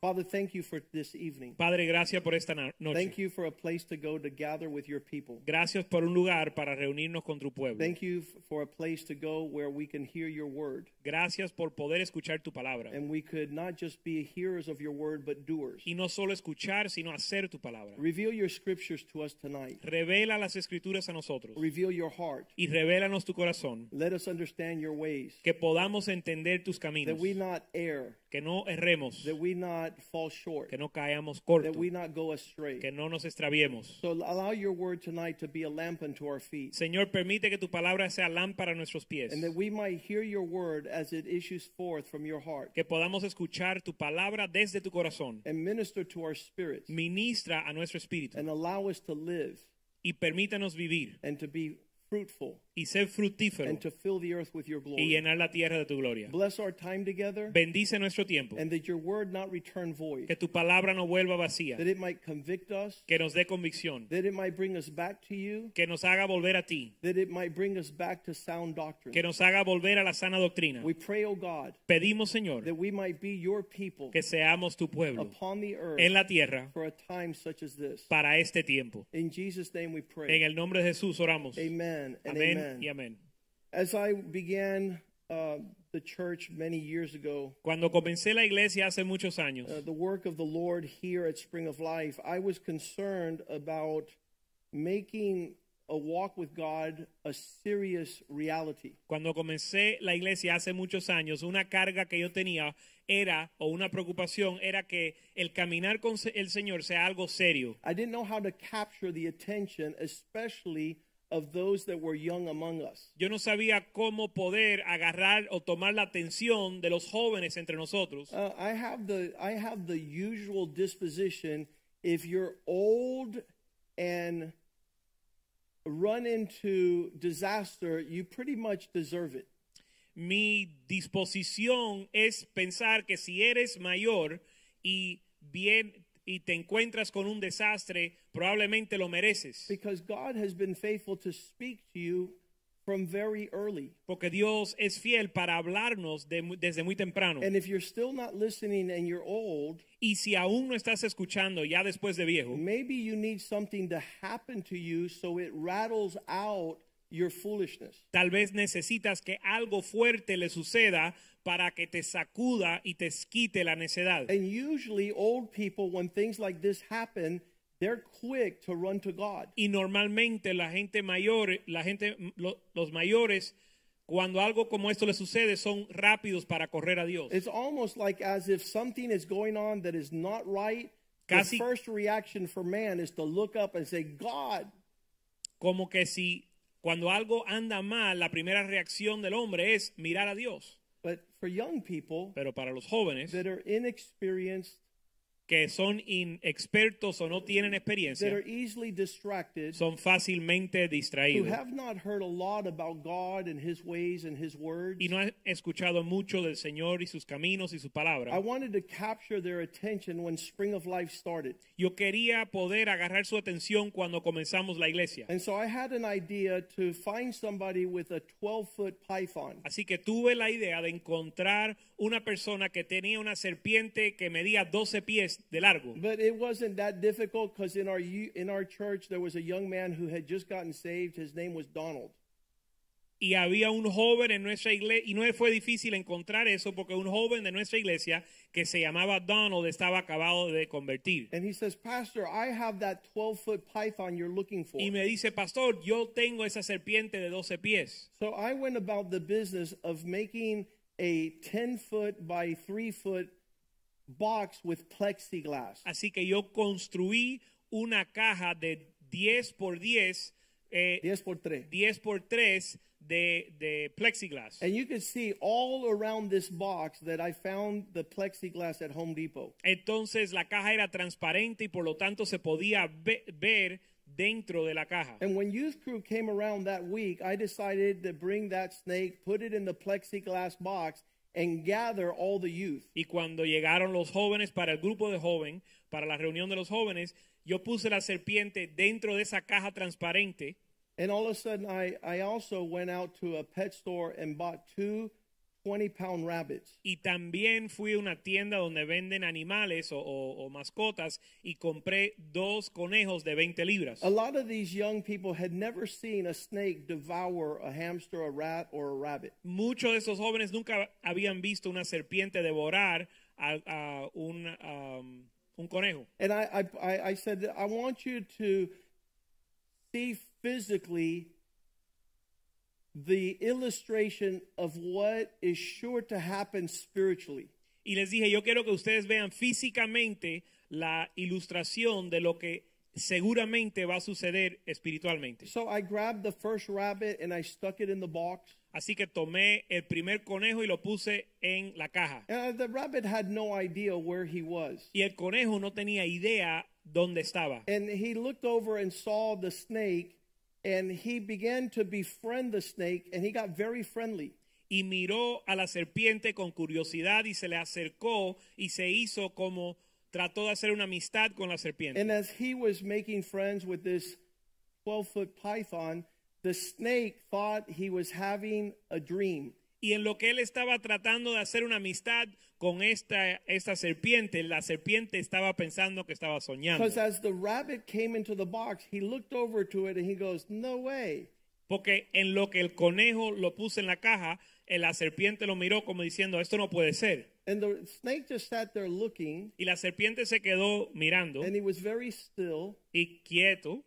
Father, thank you for this evening. Padre, gracias por esta na- noche. Thank you for a place to go to gather with your people. Gracias por un lugar para reunirnos con tu pueblo. Thank you f- for a place to go where we can hear your word Gracias por poder escuchar tu palabra. and we could not just be hearers of your word but doers. Y no solo escuchar, sino hacer tu palabra. Reveal your scriptures to us tonight. Revela las escrituras a nosotros Reveal your heart. y revélanos tu corazón. Let us understand your ways. Que podamos entender tus That caminos. we not err, Que no erremos. that we not fall short, Que no caigamos corto. that we not go astray. Que no nos extraviemos. So allow your word tonight to be a lamp unto our feet Señor, permite que tu palabra sea lámpara a nuestros pies. and that we might hear your word as it issues forth from your heart Que podamos escuchar tu palabra desde tu corazón. and minister to our spirits Ministra a nuestro espíritu and allow us to live y permítanos vivir and to be fruitful y ser fructífero and to fill the earth with your y glory. llenar la tierra de tu gloria. Bless our time together Bendice nuestro tiempo, and that your word not return void, que tu palabra no vuelva vacía, that it might convict us, que nos dé convicción, that it might bring us back to you, que nos haga volver a ti, that it might bring us back to sound doctrine. que nos haga volver a la sana doctrina. We pray, O God, Pedimos, Señor, that we might be your people que seamos tu pueblo upon the earth en la tierra for a time such as this. para este tiempo. In Jesus' name we En pray. el nombre de Jesús oramos. Amen and Amén y amen. amén. As I began uh, the church many years ago, Cuando comencé la iglesia hace muchos años, uh, the work of the Lord here at Spring of Life, I was concerned about making a walk with God a serious reality. cuando comencé la iglesia hace muchos años, una carga que yo tenía era, o una preocupación, era que el caminar con se- el Señor sea algo serio. I didn't know how to capture the attention, especially of those that were young among us. Yo no sabía cómo poder agarrar o tomar la atención de los jóvenes entre nosotros. Uh, I have the I have the usual disposition. If you're old and run into disaster, you pretty much deserve it. Mi disposición es pensar que si eres mayor y bien y te encuentras con un desastre, probablemente lo mereces, Because God has been faithful to speak to you from very early. porque Dios es fiel para hablarnos de mu- desde muy temprano. And if you're still not listening and you're old, Y si aún no estás escuchando ya después de viejo, maybe you need something to happen to you so it rattles out your foolishness. tal vez necesitas que algo fuerte le suceda para que te sacuda y te quite la necedad. And usually, old people, when things like this happen, they're quick to run to God. Y normalmente la gente mayor, la gente, lo- los mayores, cuando algo como esto les sucede, son rápidos para correr a Dios. It's almost like as if something is going on that is not right. Casi- The first reaction for man is to look up and say, God. Como que si cuando algo anda mal, la primera reacción del hombre es mirar a Dios. But for young people Pero para los jóvenes that are inexperienced, que son inexpertos o no tienen that experiencia, are easily distracted, son fácilmente who distraídos have not heard a lot about God and His ways and His words, y no han escuchado mucho del Señor y sus caminos y su I palabra. wanted to capture their attention when Spring of Life started. Yo quería poder agarrar su atención cuando comenzamos la iglesia. And so I had an idea to find somebody with a 12 foot python. Así que tuve la idea de encontrar una persona que tenía una serpiente que medía 12 pies de largo. But it wasn't that difficult because in our you- in our church there was a young man who had just gotten saved. His name was Donald, Y había un joven en nuestra iglesia, y no fue difícil encontrar eso porque un joven de nuestra iglesia que se llamaba Donald estaba acabado de convertir. and he says, "Pastor, I have that twelve foot python you're looking for." Y me dice, pastor, yo tengo esa serpiente de 12 pies. So I went about the business of making a ten foot by three foot box with plexiglass. Así que yo construí una caja de 10 por 10 eh, 10 por 3. 10 por 3 de, de plexiglass. And you can see all around this box that I found the plexiglass at Home Depot. Entonces la caja era transparente y por lo tanto se podía ve- ver dentro de la caja. And when youth crew came around that week, I decided to bring that snake, put it in the plexiglass box, and gather all the youth. Y cuando llegaron los jóvenes para el grupo de joven, para la reunión de los jóvenes, yo puse la serpiente dentro de esa caja transparente And all of a sudden, I, I also went out to a pet store and bought two 20 pound rabbits. y también fui a una tienda donde venden animales o, o- o mascotas y compré dos conejos de 20 libras. A lot of these young people had never seen a snake devour a hamster, a rat, or a rabbit. Muchos de esos jóvenes nunca habían visto una serpiente devorar a, a un, um, un conejo. And I, I, I, I said, that I want you to see physically the illustration of what is sure to happen spiritually. Y les dije, yo quiero que ustedes vean físicamente la ilustración de lo que seguramente va a suceder espiritualmente. So I grabbed the first rabbit and I stuck it in the box. Así que tomé el primer conejo y lo puse en la caja. And the rabbit had no idea where he was. Y el conejo no tenía idea dónde estaba. And he looked over and saw the snake, and he began to befriend the snake, and he got very friendly. Y miró a la serpiente con curiosidad y se le acercó y se hizo como trató de hacer una amistad con la serpiente. And as he was making friends with this 12 foot python, the snake thought he was having a dream. Y en lo que él estaba tratando de hacer una amistad con esta, esta serpiente, la serpiente estaba pensando que estaba soñando. Because as the rabbit came into the box, he looked over to it and he goes, No way. Porque en lo que el conejo lo puso en la caja, eh, la serpiente lo miró como diciendo, esto no puede ser. And the snake just sat there looking, Y la serpiente se quedó mirando and he was very still. y quieto,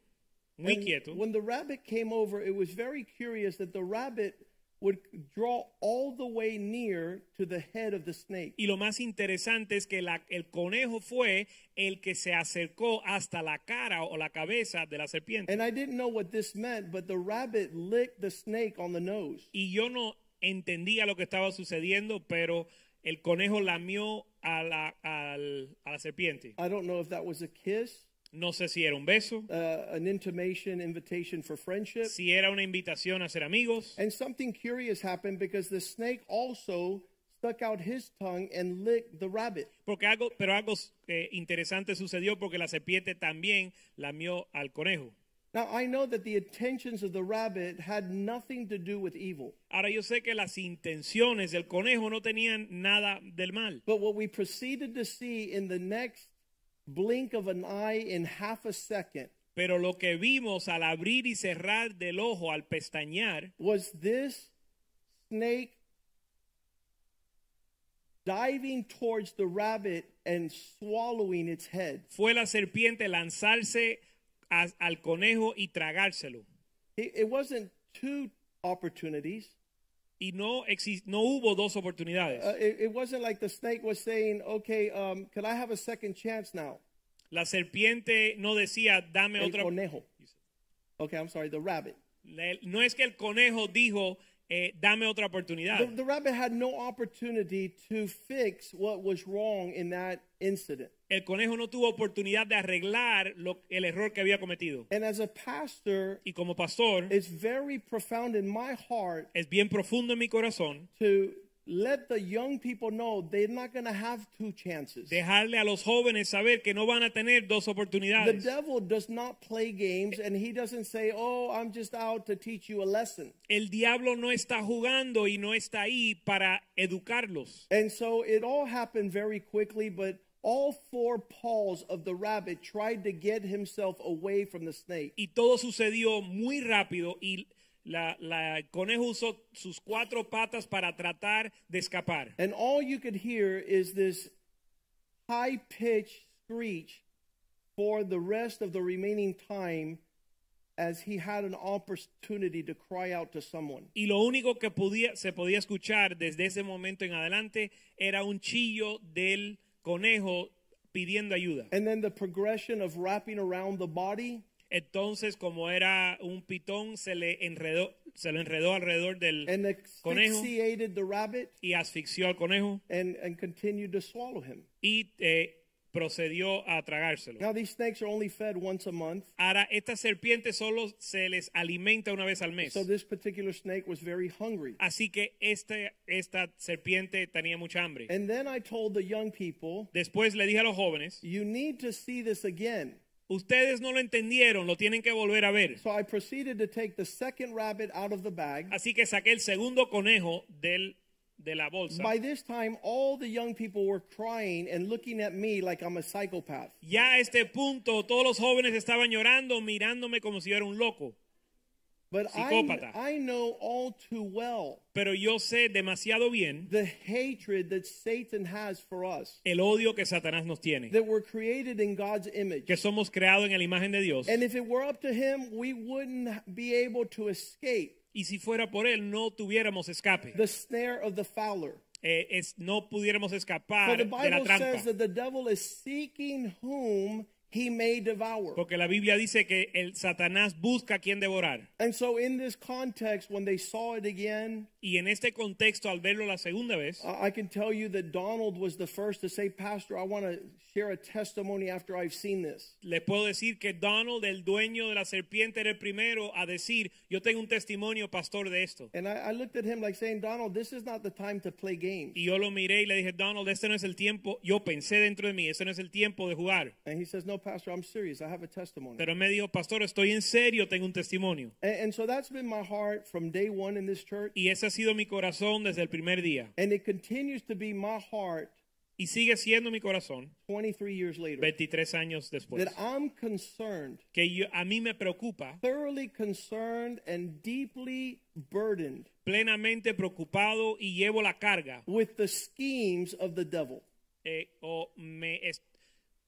muy And quieto. When the rabbit came over, it was very curious that the rabbit would draw all the way near to the head of the snake. Y lo más interesante es que la- el conejo fue el que se acercó hasta la cara o la cabeza de la serpiente. And I didn't know what this meant, but the rabbit licked the snake on the nose. Y yo no entendía lo que estaba sucediendo, pero el conejo lamió a la, al- a la serpiente. I don't know if that was a kiss, No sé si era un beso, uh, an intimation, invitation for friendship. si era una invitación a ser amigos. And something curious happened because the snake also stuck out his tongue and licked the rabbit. Porque algo, pero algo eh, interesante sucedió porque la serpiente también lamió al conejo. Now, I know that the intentions of the rabbit had nothing to do with evil. Ahora yo sé que las intenciones del conejo no tenían nada del mal, But what we proceeded to see in the next blink of an eye in half a second pero lo que vimos al abrir y cerrar del ojo, al pestañear, was this snake diving towards the rabbit and swallowing its head. fue la serpiente lanzarse a- al conejo y tragárselo. It, it wasn't two opportunities. Y no, exi- no hubo dos oportunidades. Uh, it, it wasn't like the snake was saying, okay, um, can I have a second chance now? La serpiente no decía, dame El otra. conejo. Okay, I'm sorry, the rabbit. Le- No es que el conejo dijo, eh, dame otra oportunidad. The, the rabbit had no opportunity to fix what was wrong in that incident. El conejo no tuvo oportunidad de arreglar lo- el error que había cometido. And as a pastor, Y como pastor, it's very profound in my heart es bien profundo en mi corazón to let the young people know they're not going to have two chances. dejarle a los jóvenes saber que no van a tener dos The oportunidades. devil does not play games, and he doesn't say, Oh, I'm just out to teach you a lesson. El diablo no está jugando y no está ahí para educarlos. And so it all happened very quickly, but all four paws of the rabbit tried to get himself away from the snake. Y todo sucedió muy rápido y la, la- el conejo usó sus cuatro patas para tratar de escapar. And all you could hear is this high pitched screech for the rest of the remaining time as he had an opportunity to cry out to someone. Y lo único que podía, se podía escuchar desde ese momento en adelante era un chillo del conejo pidiendo ayuda. And then the progression of wrapping around the body Entonces, como era un pitón, se le enredó, se lo enredó alrededor del and conejo asphyxiated the rabbit y asfixió al conejo and, and continued to swallow him. y eh, procedió a tragárselo. Now, these snakes are only fed once a month, Ahora, estas serpientes solo se les alimenta una vez al mes. so this particular snake was very hungry. Así que este, esta serpiente tenía mucha hambre. And then I told the young people, Después le dije a los jóvenes, you need to see this again. ustedes no lo entendieron, lo tienen que volver a ver. So I proceeded to take the second rabbit out of the bag. Así que saqué el segundo conejo del, de la bolsa. By this time, all the young people were crying and looking at me like I'm a psychopath. Ya a este punto todos los jóvenes estaban llorando, mirándome como si yo era un loco. But I, Psicópata. I know all too well Pero yo sé demasiado bien the hatred that Satan has for us, el odio que Satanás nos tiene, that we're created in God's image. que somos creados en la imagen de Dios. And if it were up to him, we wouldn't be able to escape Y si fuera por él, no tuviéramos escape. the snare of the fowler. Eh, es- no pudiéramos For escapar the de la Bible says trampa. that the devil is seeking whom he may devour. Porque la Biblia dice que el Satanás busca a quien devorar. And so, in this context, when they saw it again, Y en este contexto, al verlo la segunda vez, I I can tell you that Donald was the first to say, Pastor, I want to share a testimony after I've seen this. le puedo decir que Donald, el dueño de la serpiente, era el primero a decir, yo tengo un testimonio, pastor, de esto. And I, I looked at him like saying, Donald, this is not the time to play games. Y yo lo miré y le dije, Donald, este no es el tiempo. Yo pensé dentro de mí, este no es el tiempo de jugar. And he says, No, Pastor, I'm serious. I have a testimony. Pero él me dijo, pastor, estoy en serio, tengo un testimonio. And, and so that's been my heart from day one in this church. Y ese ha sido mi corazón desde el primer día. And it continues to be my heart Y sigue siendo mi corazón 23 years later 23 años después. that I'm concerned, Que yo- a mí me preocupa, thoroughly concerned, and deeply burdened plenamente preocupado y llevo la carga. with the schemes of the devil. eh, o me, es-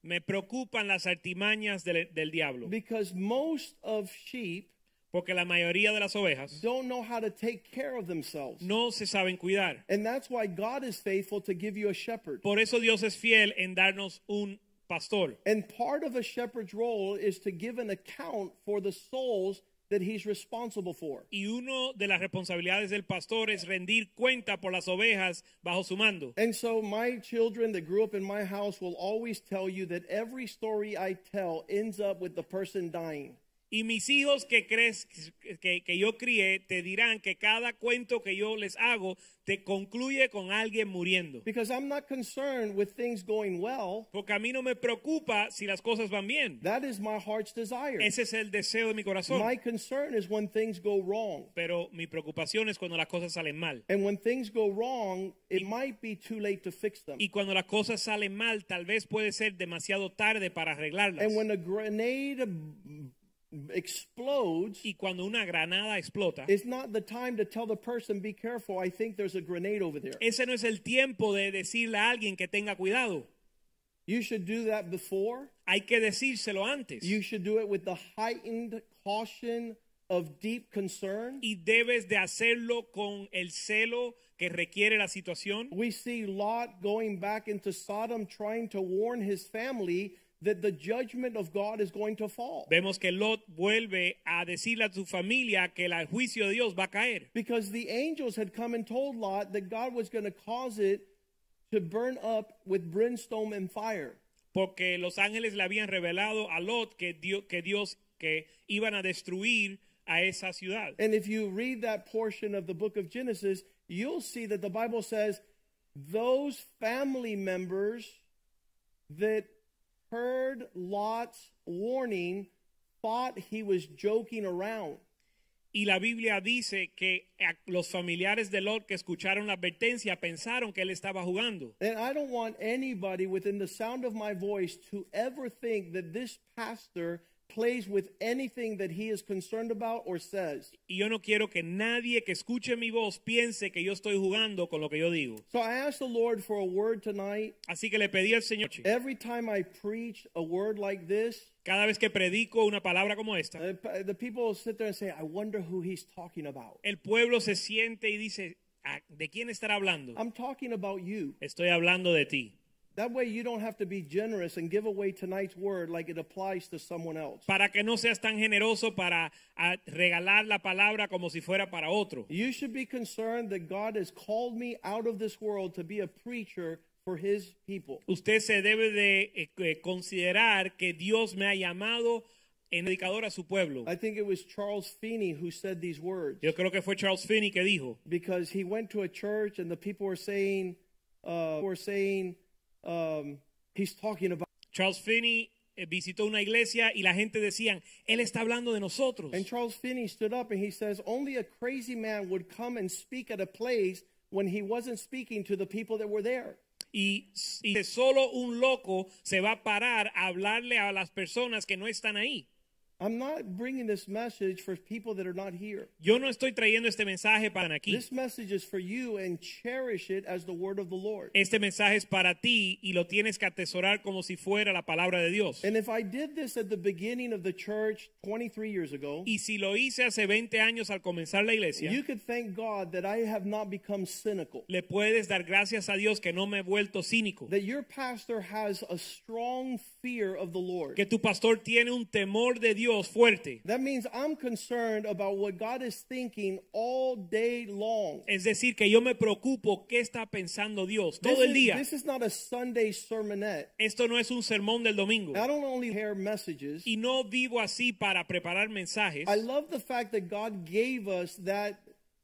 me preocupan las artimañas del, del diablo. Because most of sheep Porque la mayoría de las ovejas don't know how to take care of themselves. no se saben cuidar. And that's why God is faithful to give you a shepherd. Por eso Dios es fiel en darnos un pastor. And part of a shepherd's role is to give an account for the souls that he's responsible for. Y una de las responsabilidades del pastor es rendir cuenta por las ovejas bajo su mando. And so my children that grew up in my house will always tell you that every story I tell ends up with the person dying. Y mis hijos que, crees, que, que yo crié te dirán que cada cuento que yo les hago te concluye con alguien muriendo. Because I'm not concerned with things going well. Porque a mí no me preocupa si las cosas van bien. That is my heart's desire. Ese es el deseo de mi corazón. My concern is when things go wrong. Pero mi preocupación es cuando las cosas salen mal. And when things go wrong, it might be too late to fix them. Y cuando las cosas salen mal, tal vez puede ser demasiado tarde para arreglarlas. And when a grenade b- explodes, Y cuando una granada explota, it's not the time to tell the person, be careful, I think there's a grenade over there. ese no es el tiempo de decirle a alguien que tenga cuidado. You should do that before. Hay que decírselo antes. You should do it with the heightened caution of deep concern. y debes de hacerlo con el celo que requiere la situación. We see Lot going back into Sodom trying to warn his family that the judgment of God is going to fall. Vemos que Lot vuelve a decirle a su familia que el juicio de Dios va a caer. Because the angels had come and told Lot that God was going to cause it to burn up with brimstone and fire. Porque los ángeles le habían revelado a Lot que Dios, que Dios que iban a destruir a esa ciudad. And if you read that portion of the book of Genesis, you'll see that the Bible says those family members that heard Lot's warning thought he was joking around. Y la Biblia dice que a- los familiares de Lot que escucharon la advertencia pensaron que él estaba jugando. And I don't want anybody within the sound of my voice to ever think that this pastor plays with anything that he is concerned about or says. Y yo no quiero que nadie que escuche mi voz piense que yo estoy jugando con lo que yo digo. So I asked the Lord for a word tonight. Así que le pedí al Señor, Every time I preach a word like this, cada vez que predico una palabra como esta, Uh, p- the people sit there and say, I wonder who he's talking about. el pueblo se siente y dice, "Ah, ¿de quién estará hablando? I'm talking about you. Estoy hablando de ti. That way you don't have to be generous and give away tonight's word like it applies to someone else. para que no seas tan generoso para ah, regalar la palabra como si fuera para otro. You should be concerned that God has called me out of this world to be a preacher for his people. Usted se debe de eh, eh, considerar que Dios me ha llamado en dedicador a su pueblo. I think it was Charles Feeney who said these words Yo creo que fue Charles Finney que dijo, because he went to a church and the people were saying, uh, were saying, um, he's talking about. Charles Finney eh, visitó una iglesia y la gente decían, él está hablando de nosotros. And Charles Finney stood up and he says, Only a crazy man would come and speak at a place when he wasn't speaking to the people that were there. Y, y que solo un loco se va a parar a hablarle a las personas que no están ahí. I'm not bringing this message for people that are not here. Yo no estoy trayendo este mensaje para aquí. This message is for you and cherish it as the word of the Lord. Este mensaje es para ti y lo tienes que atesorar como si fuera la palabra de Dios. And if I did this at the beginning of the church 23 years ago, Y si lo hice hace 20 años al comenzar la iglesia, you could thank God that I have not become cynical. le puedes dar gracias a Dios que no me he vuelto cínico. That your pastor has a strong fear of the Lord. Que tu pastor tiene un temor de Dios fuerte. That means I'm concerned about what God is thinking all day long. Es decir, que yo me preocupo qué está pensando Dios todo this, el is, día. this is not a Sunday sermonette. Esto no es un sermón del domingo. I don't only hear messages. Y no vivo así para preparar mensajes. I love the fact that God gave us that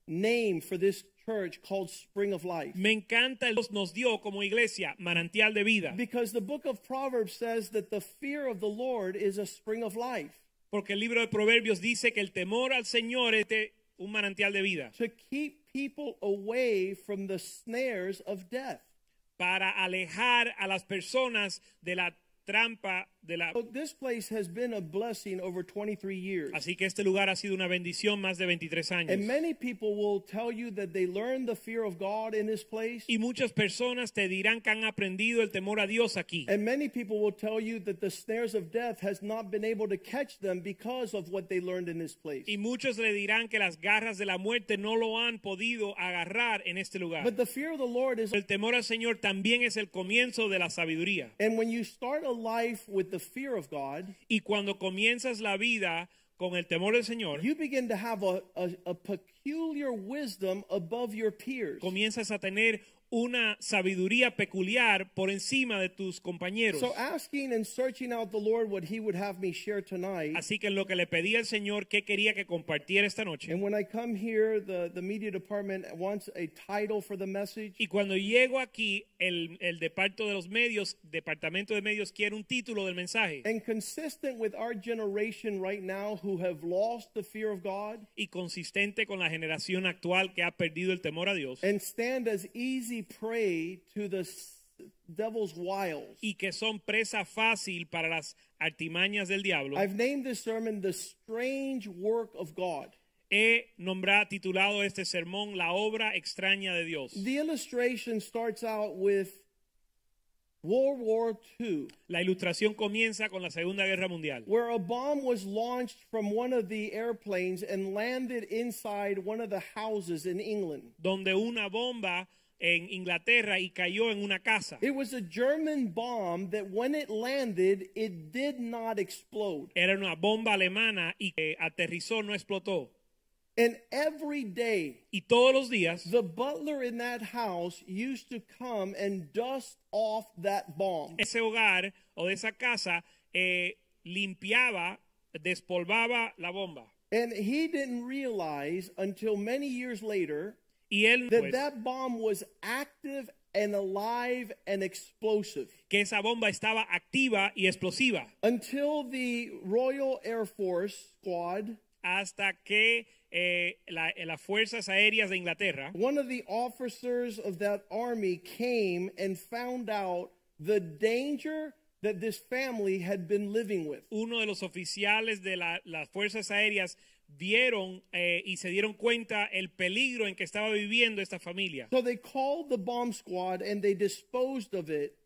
name for this church called Spring of Life. Me encanta el Dios nos dio como iglesia manantial de vida. Because the book of Proverbs says that the fear of the Lord is a spring of life. Porque el libro de Proverbios dice que el temor al Señor es de- un manantial de vida. To keep people away from the snares of death. para alejar a las personas de la trampa de la So this place has been a blessing over 23 years. así que este lugar ha sido una bendición más de 23 años And many people will tell you that they learned the fear of God in this place. y muchas personas te dirán que han aprendido el temor a Dios aquí And many people will tell you that the snares of death has not been able to catch them because of what they learned in this place. y muchos le dirán que las garras de la muerte no lo han podido agarrar en este lugar But the fear of the Lord is el temor al Señor también es el comienzo de la sabiduría and when you start a life with the fear of God, y cuando comienzas la vida con el temor del Señor you begin to have a, a, a peculiar wisdom above your peers. comienzas a tener una sabiduría peculiar por encima de tus compañeros So asking and searching out the Lord what he would have me share tonight. Así que en lo que le pedí al Señor que quería que compartiera esta noche. And when I come here, the, the media department wants a title for the message. Y cuando llego aquí, el, el departamento de los medios, departamento de medios quiere un título del mensaje. And consistent with our generation right now who have lost the fear of God Y consistente con la generación actual que ha perdido el temor a Dios. and stand as easy prey to the s- devil's wiles. Y que son presa fácil para las artimañas del diablo. I've named this sermon The Strange Work of God. He nombrado, titulado este sermón La obra extraña de Dios. The illustration starts out with World War II, La ilustración comienza con la Segunda Guerra Mundial. where a bomb was launched from one of the airplanes and landed inside one of the houses in England. Donde una bomba en Inglaterra y cayó en una casa. It was a German bomb that when it landed, it did not explode. era una bomba alemana y que aterrizó, no explotó. And every day, Y todos los días, the butler in that house used to come and dust off that bomb. ese hogar o de esa casa eh, limpiaba, despolvaba la bomba. And he didn't realize until many years later Y él, that pues, that bomb was active and alive and explosive. que esa bomba estaba activa y explosiva, Until the Royal Air Force squad, hasta que eh, la- las Fuerzas Aéreas de Inglaterra, one of the officers of that army came and found out the danger that this family had been living with. uno de los oficiales de la- las Fuerzas Aéreas vieron eh, y se dieron cuenta el peligro en que estaba viviendo esta familia. So they called the bomb squad and they disposed of it.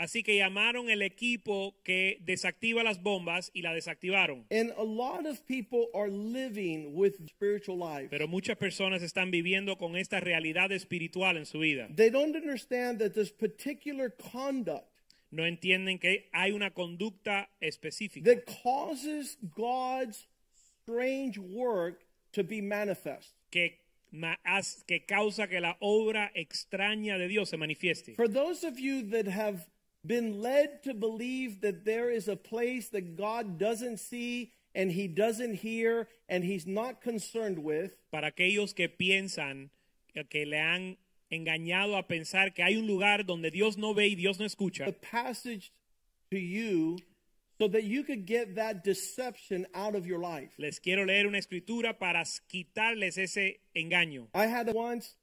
Así que llamaron el equipo que desactiva las bombas y la desactivaron. And a lot of people are living with spiritual life. Pero muchas personas están viviendo con esta realidad espiritual en su vida. They don't understand that this particular conduct No entienden que hay una conducta específica that causes God's strange work to be manifest. que, ma- haz- que causa que la obra extraña de Dios se manifieste. For those of you that have been led to believe that there is a place that God doesn't see and he doesn't hear and he's not concerned with, Para aquellos que piensan que- que le han engañado a pensar que hay un lugar donde Dios no ve y Dios no escucha, the passage to you so that you could get that deception out of your life. les quiero leer una escritura para s- quitarles ese engaño. I had once,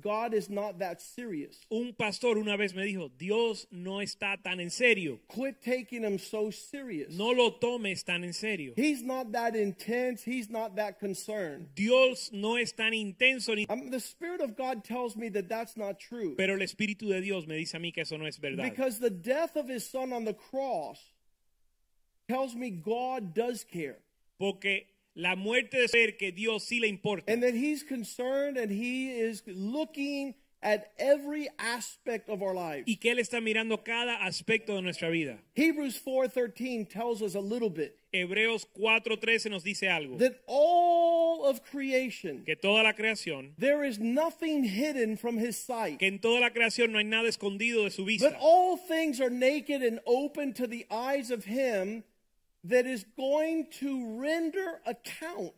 God is not that serious. Un pastor una vez me dijo, Dios no está tan en serio, Quit taking him so serious. no lo tomes tan en serio. He's not that intense. He's not that concerned. Dios no es tan intenso, ni- Um, the Spirit of God tells me that that's not true. pero el Espíritu de Dios me dice a mí que eso no es verdad. Because the death of his son on the cross tells me God does care. Porque la muerte de ser que Dios sí le importa And that he's concerned and he is looking at every aspect of our life. y que Él está mirando cada aspecto de nuestra vida. Hebrews 4:13 tells us a little bit Hebreos 4:13 nos dice algo, that all of creation que toda la creación, there is nothing hidden from his sight. que en toda la creación no hay nada escondido de su But vista, all things are naked and open to the eyes of him that is going to render account.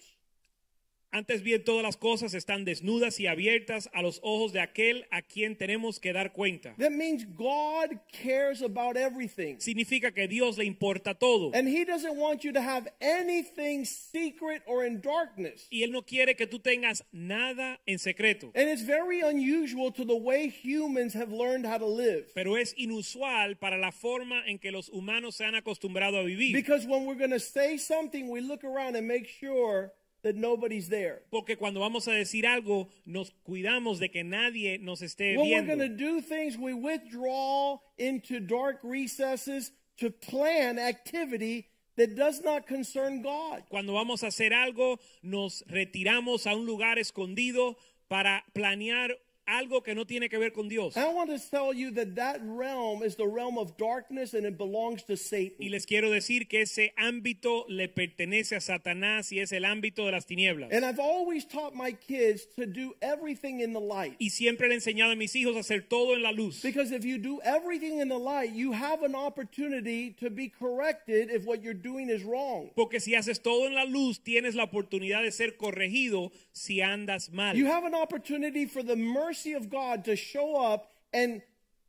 Antes bien, todas las cosas están desnudas y abiertas a los ojos de aquel a quien tenemos que dar cuenta. That means God cares about everything. Significa que Dios le importa todo. And he doesn't want you to have anything secret or in darkness. Y Él no quiere que tú tengas nada en secreto. And it's very unusual to the way humans have learned how to live. Pero es inusual para la forma en que los humanos se han acostumbrado a vivir. Because when we're going to say something, we look around and make sure that nobody's there. Porque cuando vamos a decir algo, nos cuidamos de que nadie nos esté When we're going to viendo. do things, we withdraw into dark recesses to plan activity that does not concern God. Cuando vamos a hacer algo, nos retiramos a un lugar escondido para planear algo que no tiene que ver con Dios. And I want to tell you that that realm is the realm of darkness and it belongs to Y Satan. les quiero decir que ese ámbito le pertenece a Satanás y es el ámbito de las tinieblas. And I've always taught my kids to do everything in the light. Y siempre le he enseñado a mis hijos a hacer todo en la luz. Because if you do everything in the light, you have an opportunity to be corrected if what you're doing is wrong. Porque si haces todo en la luz, tienes la oportunidad de ser corregido si andas mal. You have an opportunity for the mercy of God to show up and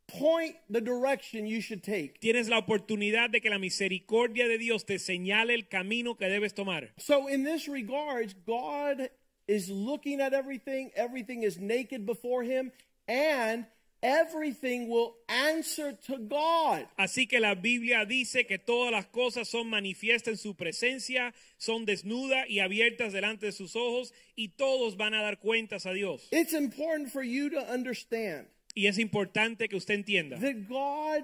point the direction you should take. Tienes la oportunidad de que la misericordia de Dios te señale el camino que debes tomar. So, in this regards, God is looking at everything, everything is naked before Him, and everything will answer to God. Así que la Biblia dice que todas las cosas son manifiestas en su presencia, son desnudas y abiertas delante de sus ojos y todos van a dar cuentas a Dios. It's important for you to understand Y es importante que usted entienda. that God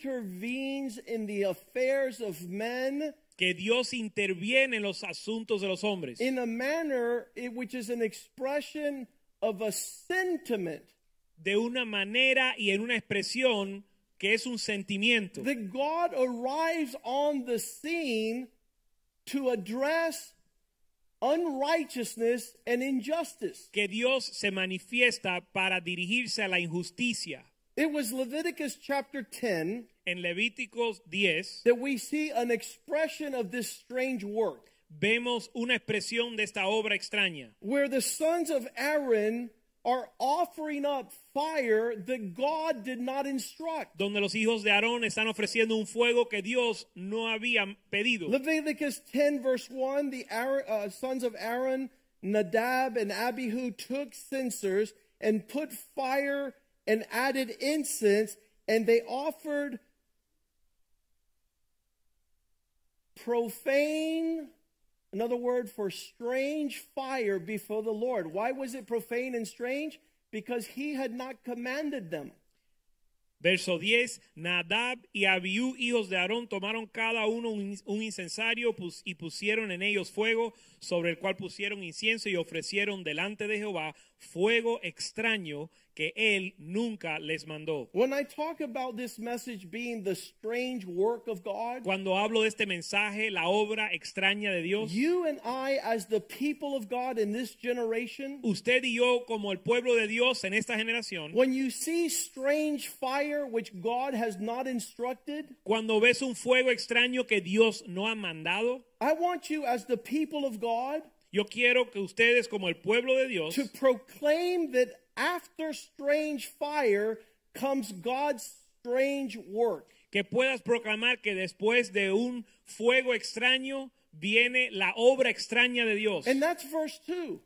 intervenes in the affairs of men que Dios interviene en los asuntos de los hombres in a manner eh, which is an expression of a sentiment de una manera y en una expresión que es un sentimiento, that God arrives on the scene to address unrighteousness and injustice. que Dios se manifiesta para dirigirse a la injusticia. It was Leviticus chapter 10 En Levíticos 10 that we see an expression of this strange work vemos una expresión de esta obra extraña, where the sons of Aaron are offering up fire that God did not instruct. donde los hijos de Aarón están ofreciendo un fuego que Dios no había pedido. Leviticus 10, verse 1 the Aaron, uh, sons of Aaron, Nadab, and Abihu took censers and put fire and added incense, and they offered profane, another word for strange fire before the Lord. Why was it profane and strange? Because he had not commanded them. Verso 10, Nadab y Abiú, hijos de Aarón, tomaron cada uno un, un incensario pus- y pusieron en ellos fuego, sobre el cual pusieron incienso y ofrecieron delante de Jehová fuego extraño que él nunca les mandó. When I talk about this message being the strange work of God, Cuando hablo de este mensaje, la obra extraña de Dios, you and I, as the people of God in this generation, usted y yo como el pueblo de Dios en esta generación, when you see strange fire which God has not instructed, cuando ves un fuego extraño que Dios no ha mandado, I want you, as the people of God, yo quiero que ustedes como el pueblo de Dios to proclaim that after strange fire comes God's strange work. que puedas proclamar que después de un fuego extraño viene la obra extraña de Dios. And that's verse 2,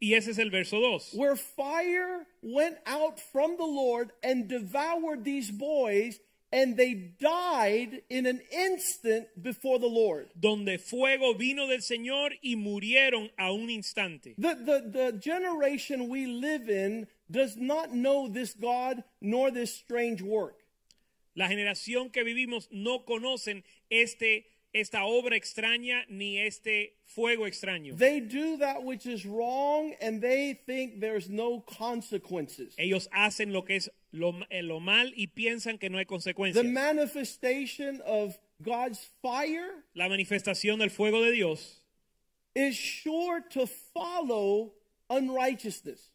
Y ese es el verso 2. where fire went out from the Lord and devoured these boys, and they died in an instant before the Lord. Donde fuego vino del Señor y murieron a un instante. The, the, the generation we live in does not know this God nor this strange work. La generación que vivimos no conocen este, esta obra extraña ni este fuego extraño. They do that which is wrong and they think there's no consequences. Ellos hacen lo que es lo, eh, lo mal y piensan que no hay The consecuencias. manifestation of God's fire La manifestación del fuego de Dios is sure to follow unrighteousness.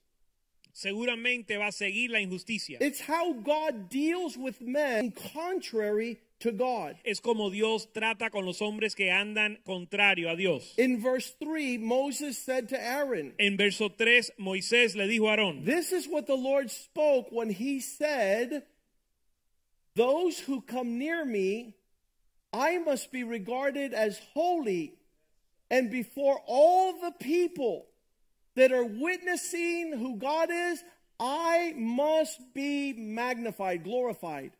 seguramente va a seguir la injusticia. It's how God deals with men contrary to God. es como Dios trata con los hombres que andan contrario a Dios. In verse 3, Moses said to Aaron, En verso 3, Moisés le dijo a Aarón, This is what the Lord spoke when he said, Those who come near me, I must be regarded as holy, and before all the people that are witnessing who God is, I must be magnified, glorified.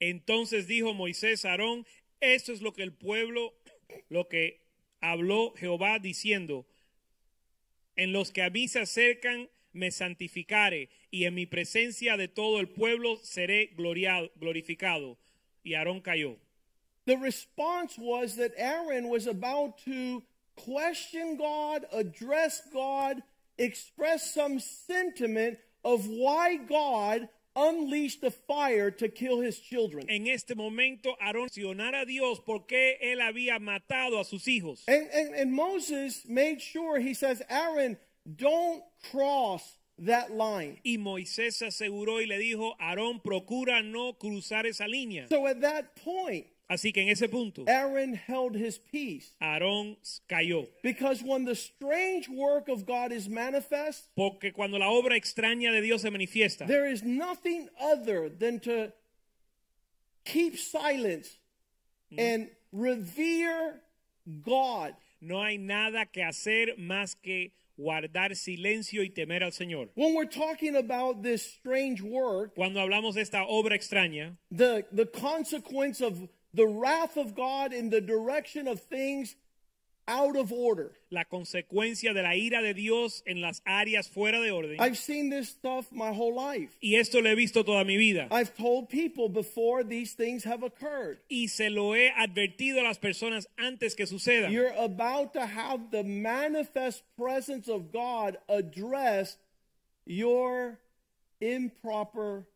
entonces dijo Moisés a Aarón, esto es lo que el pueblo, lo que habló Jehová diciendo, en los que a mí se acercan me santificare, y en mi presencia de todo el pueblo seré gloriado- glorificado. Y Aarón cayó. The response was that Aaron was about to question God, address God, express some sentiment of why God unleashed the fire to kill his children. En este momento, Aarón accionara a Dios porque él había matado a sus hijos. And, and, and Moses made sure, he says, Aaron, don't cross that line. Y Moisés se aseguró y le dijo, Aarón, procura no cruzar esa línea. So at that point, Así que en ese punto, Aaron held his peace. Aarón cayó. Because when the strange work of God is manifest, Porque cuando la obra extraña de Dios se manifiesta, There is nothing other than to keep silence and revere God. no hay nada que hacer más que guardar silencio y temer al Señor. When we're talking about this strange work, Cuando hablamos de esta obra extraña, the, the consequence of the wrath of God in the direction of things out of order. la consecuencia de la ira de Dios en las áreas fuera de orden, I've seen this stuff my whole life. y esto lo he visto toda mi vida, I've told people before these things have occurred. y se lo he advertido a las personas antes que suceda. You're about to have the manifest presence of God address your improper,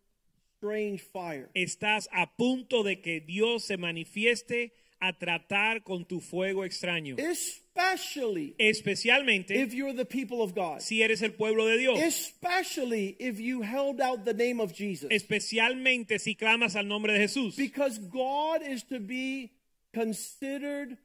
strange fire. estás a punto de que Dios se manifieste a tratar con tu fuego extraño. Especially Especialmente if you're the people of God. si eres el pueblo de Dios. Especially if you held out the name of Jesus. Especialmente si clamas al nombre de Jesús. Because God is to be considered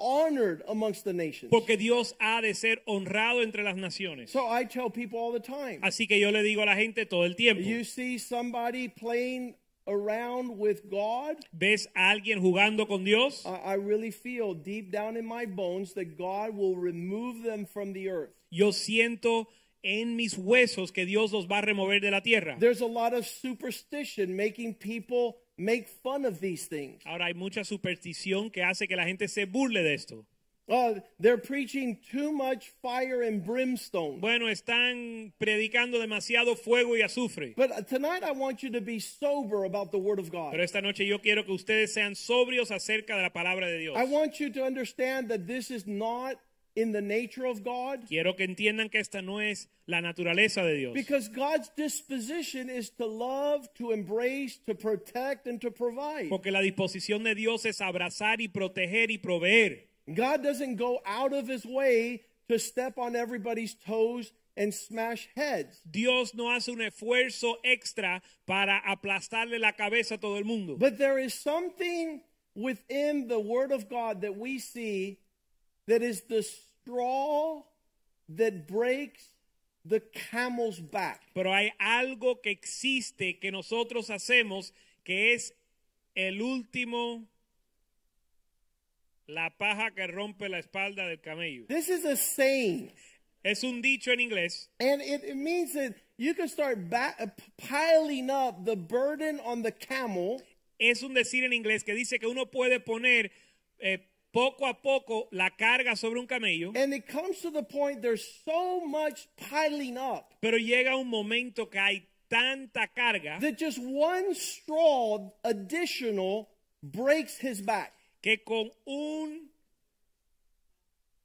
honored amongst the nations. Porque Dios ha de ser honrado entre las naciones. So I tell people all the time. Así que yo le digo a la gente todo el tiempo. You see somebody playing around with God, ¿Ves a alguien jugando con Dios? I, I really feel deep down in my bones that God will remove them from the earth. Yo siento en mis huesos que Dios los va a remover de la tierra. There's a lot of superstition making people make fun of these things. Ahora hay mucha superstición que hace que la gente se burle de esto. Uh, they're preaching too much fire and brimstone. Bueno, están predicando demasiado fuego y azufre. But uh, tonight I want you to be sober about the Word of Pero God. esta noche yo quiero que ustedes sean sobrios acerca de la palabra de Dios. I want you to understand that this is not in the nature of God Quiero que entiendan que esta no es la naturaleza de Dios. because God's disposition is to love, to embrace, to protect, and to provide. Porque la disposición de Dios es abrazar y proteger y proveer. God doesn't go out of his way to step on everybody's toes and smash heads. Dios no hace un esfuerzo extra para aplastarle la cabeza a todo el mundo. But there is something within the Word of God that we see that is the straw that breaks the camel's back. Pero hay algo que existe que nosotros hacemos que es el último, la paja que rompe la espalda del camello. This is a saying, Es un dicho en inglés and it, it means that you can start ba- uh, piling up the burden on the camel, es un decir en inglés que dice que uno puede poner eh, poco a poco la carga sobre un camello, and it comes to the point there's so much piling up pero llega un momento que hay tanta carga that just one straw additional breaks his back. que con un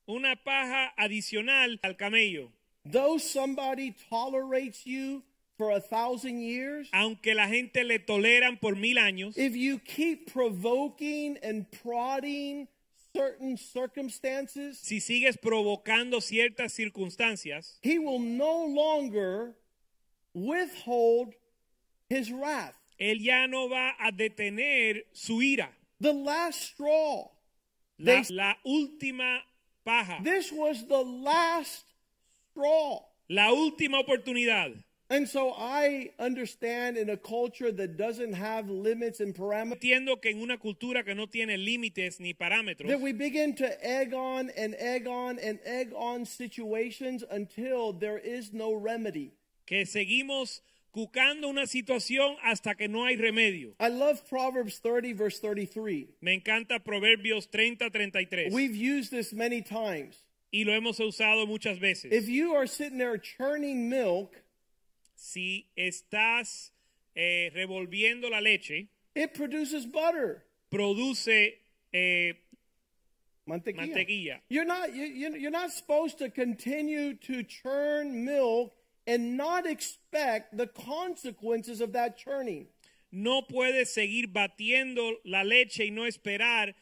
una paja adicional al camello, Though somebody tolerates you for a thousand years, aunque la gente le toleran por mil años, if you keep provoking and prodding certain circumstances, si sigues provocando ciertas circunstancias, he will no longer withhold his wrath. él ya no va a detener su ira. The last straw. La, They- la última paja, This was the last straw. la última oportunidad. And so I understand in a culture that doesn't have limits and parameters. Entiendo que en una cultura que no tiene límites ni parámetros, That we begin to egg on and egg on and egg on situations until there is no remedy. que seguimos cucando una situación hasta que no hay remedio. I love Proverbs 30, verse 33. Me encanta Proverbios 30:33 We've used this many times. y lo hemos usado muchas veces. If you are sitting there churning milk, si estás eh, revolviendo la leche, it produces butter, produce eh, mantequilla. mantequilla. You're not you, you- you're not supposed to continue to churn milk and not expect the consequences of that churning. No puedes seguir batiendo la leche y no esperar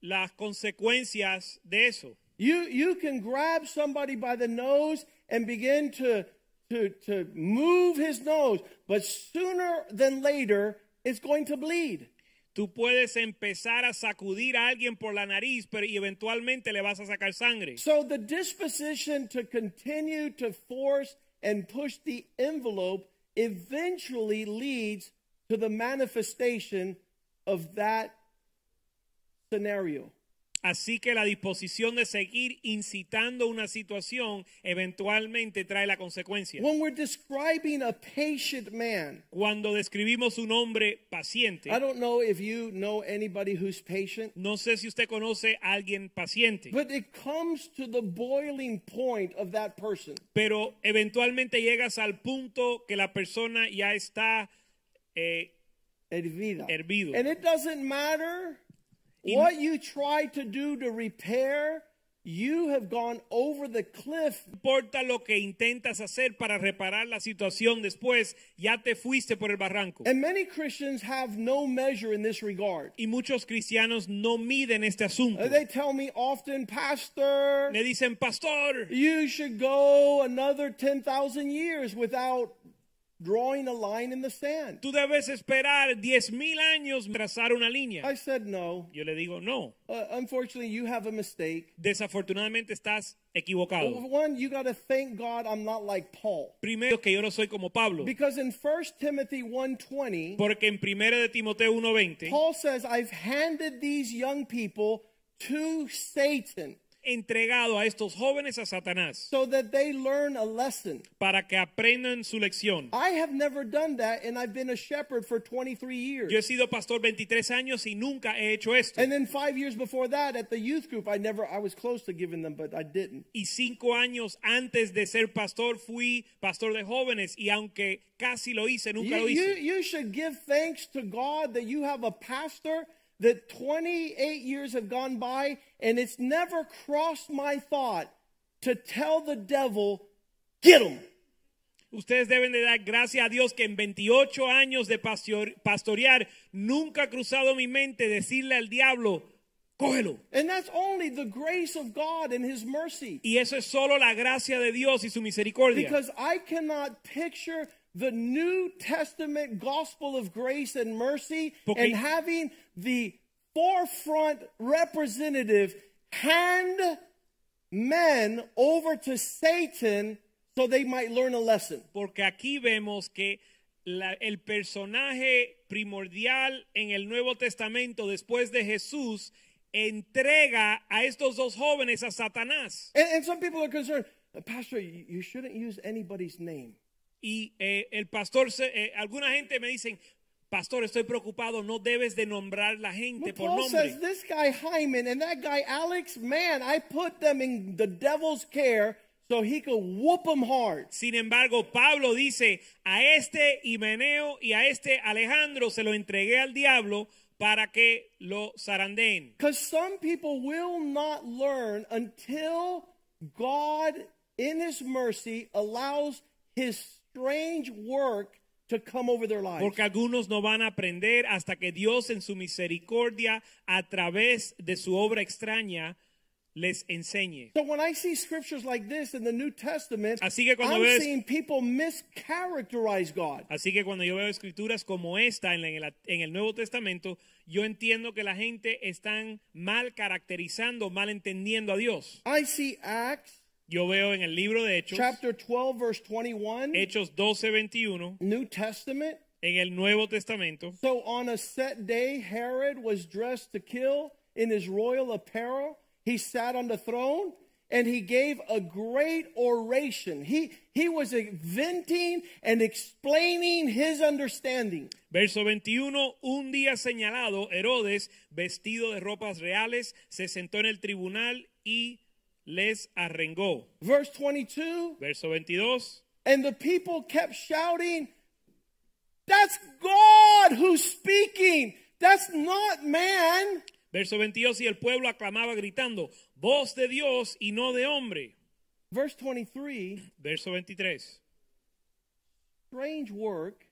las consecuencias de eso. You you can grab somebody by the nose and begin to to to move his nose, but sooner than later it's going to bleed. Tú puedes empezar a sacudir a alguien por la nariz, pero y eventualmente le vas a sacar sangre. So the disposition to continue to force and push the envelope eventually leads to the manifestation of that scenario. Así que la disposición de seguir incitando una situación eventualmente trae la consecuencia. When we're describing a patient man, Cuando describimos un hombre paciente, I don't know if you know anybody who's patient. no sé si usted conoce a alguien paciente, But it comes to the boiling point of that person. pero eventualmente llegas al punto que la persona ya está eh, Hervida. Hervido. And it doesn't matter what you try to do to repair, you have gone over the cliff. importa lo que intentas hacer para reparar la situación después, ya te fuiste por el barranco. And many Christians have no measure in this regard. Y muchos cristianos no miden este asunto. Uh, They tell me often, Pastor, Le dicen, pastor, you should go another 10,000 years without drawing a line in the sand. tú debes esperar 10.000 años para trazar una I línea. said, No. Yo le digo, no, Uh, unfortunately, you have a mistake. desafortunadamente estás equivocado. Well, one, you got to thank God I'm not like Paul. Primero que yo no soy como Pablo, Because in 1 Timothy 1:20, porque en 1 de Timoteo 1.20, Paul says, "I've handed these young people to Satan entregado a estos jóvenes a Satanás so that they learn a lesson. para que aprendan su lección. I have never done that, and I've been a shepherd for 23 years. Yo he sido pastor 23 años y nunca he hecho esto. And then five years before that, at the youth group, I never, I was close to giving them, but I didn't. Y cinco años antes de ser pastor fui pastor de jóvenes y aunque casi lo hice, nunca You, lo you, hice. you should give thanks to God that you have a pastor that 28 years have gone by, and it's never crossed my thought to tell the devil, get him. Ustedes deben de dar gracias a Dios que en 28 años de pastor- pastorear nunca ha cruzado mi mente decirle al diablo, cógelo. And that's only the grace of God and His mercy. Y eso es solo la gracia de Dios y su misericordia. Because I cannot picture the New Testament gospel of grace and mercy Porque- and having the forefront representative hand men over to Satan so they might learn a lesson. Porque aquí vemos que la- el personaje primordial en el Nuevo Testamento después de Jesús entrega a estos dos jóvenes a Satanás. And, and some people are concerned, Pastor, you, you shouldn't use anybody's name. Y eh, el pastor, se- eh, alguna gente me dicen, pastor, estoy preocupado, no debes de nombrar la gente But por Paul says nombre. this guy Hyman and that guy Alex, man, I put them in the devil's care so he could whoop them hard. Sin embargo, Pablo dice, a este Himeneo y a este Alejandro se lo entregué al diablo para que lo zarandeen. Because some people will not learn until God, in His mercy, allows His strange work to come over their lives. Porque algunos no van a aprender hasta que Dios en su misericordia, a través de su obra extraña, les enseñe. So when I see scriptures like this in the New Testament, Así que cuando I'm ves- seeing people mischaracterize God. Así que cuando yo veo escrituras como esta en, la- en el, en el Nuevo Testamento, yo entiendo que la gente están mal caracterizando, mal entendiendo a Dios. I see Acts Yo veo en el libro de Hechos, chapter 12, verse 21, Hechos 12, 21, New Testament. en el Nuevo Testamento. So on a set day, Herod was dressed to kill in his royal apparel. He sat on the throne and he gave a great oration. He, he was inventing and explaining his understanding. Verso 21, un día señalado, Herodes, vestido de ropas reales, se sentó en el tribunal y les arrengó. Verse 22 Verso 22, And the people kept shouting, That's God who's speaking. That's not man. verso 22, y el pueblo aclamaba gritando, voz de Dios y no de hombre. Verse 23 Verso 23, Strange work.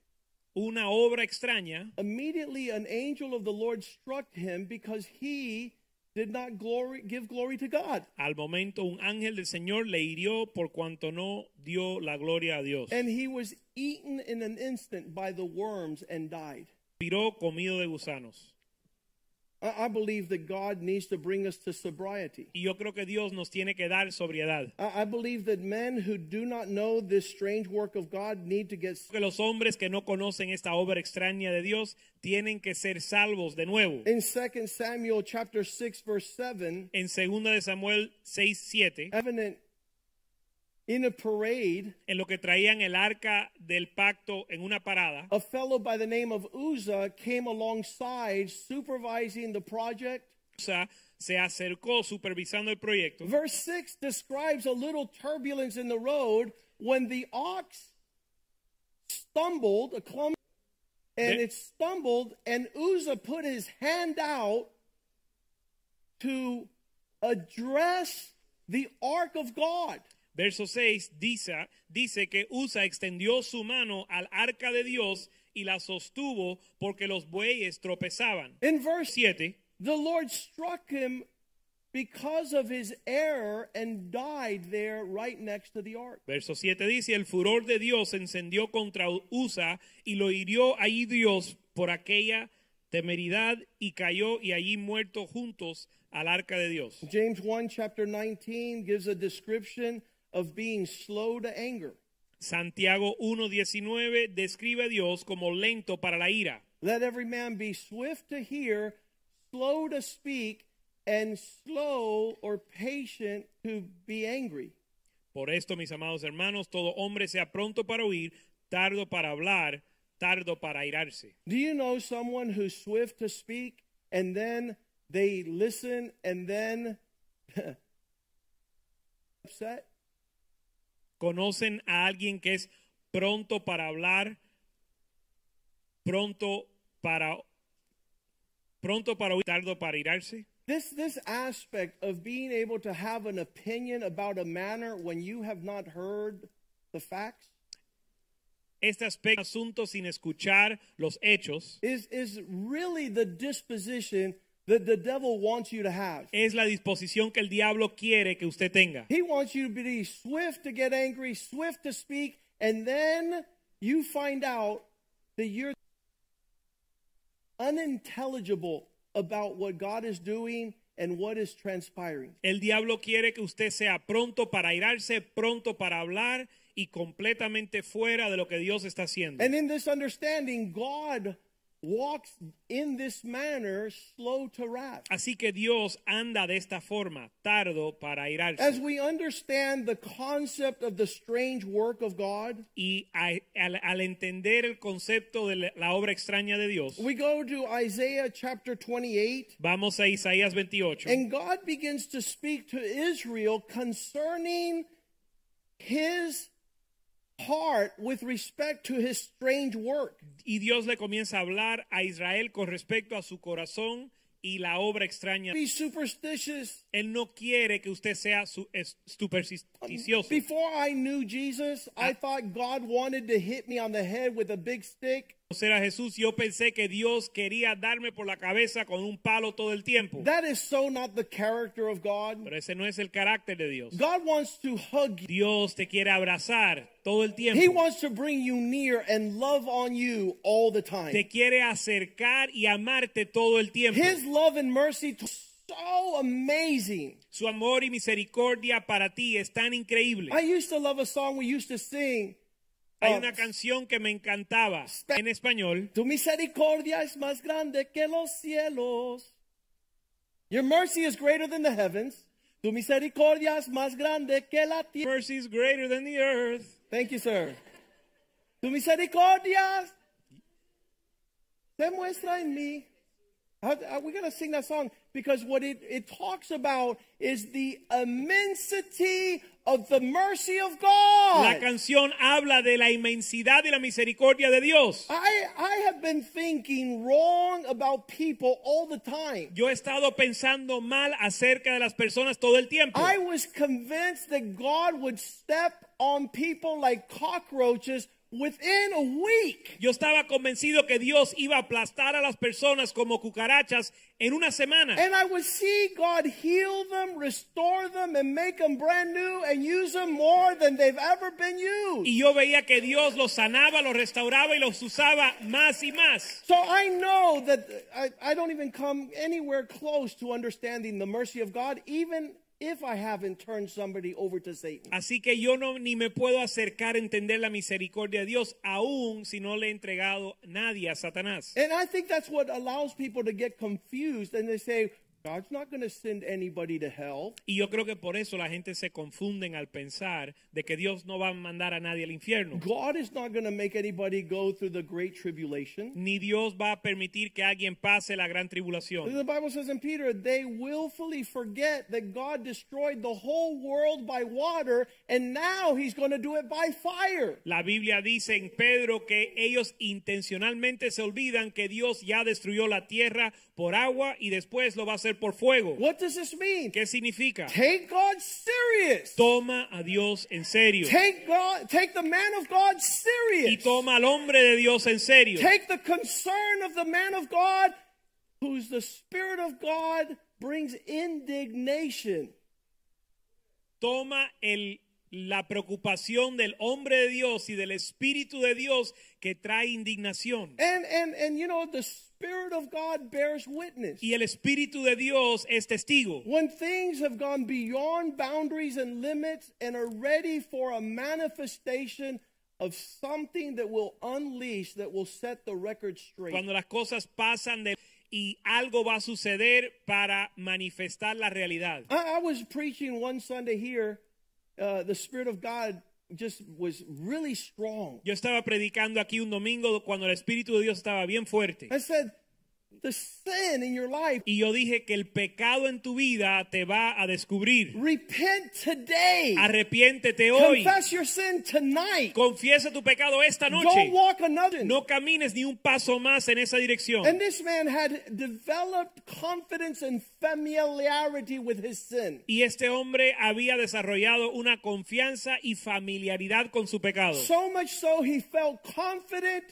una obra extraña, immediately an angel of the Lord struck him because he did not glory give glory to God. al momento un ángel del Señor le hirió por cuanto no dio la gloria a Dios. And he was eaten in an instant by the worms and died. Piró comido de gusanos. I, I believe that God needs to bring us to sobriety. Y yo creo que Dios nos tiene que dar sobriedad. I, I believe that men who do not know this strange work of God need to get que los hombres que no conocen esta obra extraña de Dios tienen que ser salvos de nuevo. in 2 Samuel chapter 6 verse 7 En 2 de Samuel 6, 7, evident in a parade en lo que traían el arca del pacto en una parada, a fellow by the name of Uzzah came alongside supervising the project o sea, se acercó supervisando el proyecto. Verse 6 describes a little turbulence in the road when the ox stumbled, a clump, and Ve- it stumbled, and Uzzah put his hand out to address the ark of God. Verso 6 dice, dice que Usa extendió su mano al arca de Dios y la sostuvo porque los bueyes tropezaban. In verse 7. the Lord struck him because of his error and died there right next to the ark. Verso 7 dice, el furor de Dios se encendió contra Usa y lo hirió allí Dios por aquella temeridad y cayó y allí muerto juntos al arca de Dios. James 1 chapter 19 gives a description of being slow to anger. Santiago 1.19 describe a Dios como lento para la ira. Let every man be swift to hear, slow to speak, and slow or patient to be angry. Por esto, mis amados hermanos, todo hombre sea pronto para oír, tardo para hablar, tardo para airarse. Do you know someone who's swift to speak and then they listen and then upset? ¿Conocen a alguien que es pronto para hablar, pronto para pronto para oír, tardo para airarse? This this aspect of being able to have an opinion about a matter when you have not heard the facts Este aspecto, asunto sin escuchar los hechos, is is really the disposition that the devil wants you to have. es la disposición que el diablo quiere que usted tenga. He wants you to be swift to get angry, swift to speak, and then you find out that you're unintelligible about what God is doing and what is transpiring. El diablo quiere que usted sea pronto para airarse, pronto para hablar y completamente fuera de lo que Dios está haciendo. And in this understanding, God walks in this manner, slow to wrath. Así que Dios anda de esta forma, tardo para As airarse. we understand the concept of the strange work of God, Y a- al, al entender el concepto de la- la obra extraña de Dios, we go to Isaiah chapter 28. vamos a Isaías 28. And God begins to speak to Israel concerning his heart with respect to his strange work. Y Dios le comienza a hablar a Israel con respecto a su corazón y la obra extraña. Be superstitious. Él no quiere que usted sea su, es- supersticioso. Before I knew Jesus, I thought God wanted to hit me on the head with a big stick. conocer a Jesús, yo pensé que Dios quería darme por la cabeza con un palo todo el tiempo. That is so not the character of God. Pero ese no es el carácter de Dios. God wants to hug you. Dios te quiere abrazar todo el He tiempo. wants to bring you near and love on you all the time. Te quiere acercar y amarte todo el tiempo. His love and mercy is so amazing. Su amor y misericordia para ti es tan increíble. I used to love a song we used to sing. Hay uh, una canción que me encantaba en español. Tu misericordia es más grande que los cielos. Your mercy is greater than the heavens. Tu misericordia es más grande que la tierra. Mercy is greater than the earth. Thank you, sir. Tu misericordia se muestra en mí. How- how- We're going to sing that song because what it, it talks about is the immensity of the mercy of God. La canción habla de la inmensidad y la misericordia de Dios. I, I have been thinking wrong about people all the time. Yo he estado pensando mal acerca de las personas todo el tiempo. I was convinced that God would step on people like cockroaches within a week. Yo estaba convencido que Dios iba a aplastar a las personas como cucarachas en una semana. And I would see God heal them, restore them, and make them brand new and use them more than they've ever been used. Y yo veía que Dios los sanaba, los restauraba y los usaba más y más. So I know that I, I don't even come anywhere close to understanding the mercy of God, even if I haven't turned somebody over to Satan. Así que yo no ni me puedo acercar a entender la misericordia de Dios, aún si no le he entregado nadie a Satanás. And I think that's what allows people to get confused and they say, God's not going to send anybody to hell. Y yo creo que por eso la gente se confunden al pensar de que Dios no va a mandar a nadie al infierno. God is not going to make anybody go through the great tribulation. Ni Dios va a permitir que alguien pase la gran tribulación. The Bible says in Peter, they willfully forget that God destroyed the whole world by water and now he's going to do it by fire. La Biblia dice en Pedro que ellos intencionalmente se olvidan que Dios ya destruyó la tierra por agua y después lo va a hacer por fuego. What does this mean? ¿Qué significa? Take God serious. Toma a Dios en serio Take God take the man of God y serious. toma al hombre de Dios en serio. Take the concern of the man of God, who's the Spirit of God, brings indignation. Toma el, la preocupación del hombre de Dios y del Espíritu de Dios que trae indignación. And and and you know, the Spirit of God bears witness. Y el Espíritu de Dios es testigo. When things have gone beyond boundaries and limits and are ready for a manifestation of something that will unleash, that will set the record straight. Cuando las cosas pasan de y algo va a suceder para manifestar la realidad. I, I was preaching one Sunday here. Uh, the Spirit of God just was really strong. Yo estaba predicando aquí un domingo cuando el Espíritu de Dios estaba bien fuerte. I said, the sin in your life, Y yo dije que el pecado en tu vida te va a descubrir. repent today. Arrepiéntete hoy. Confess your sin tonight. Confiesa tu pecado esta noche. Don't walk another. No camines ni un paso más en esa And dirección. this man had developed confidence and familiarity with his sin. Y este hombre había desarrollado una confianza y familiaridad con su pecado. So much so he felt confident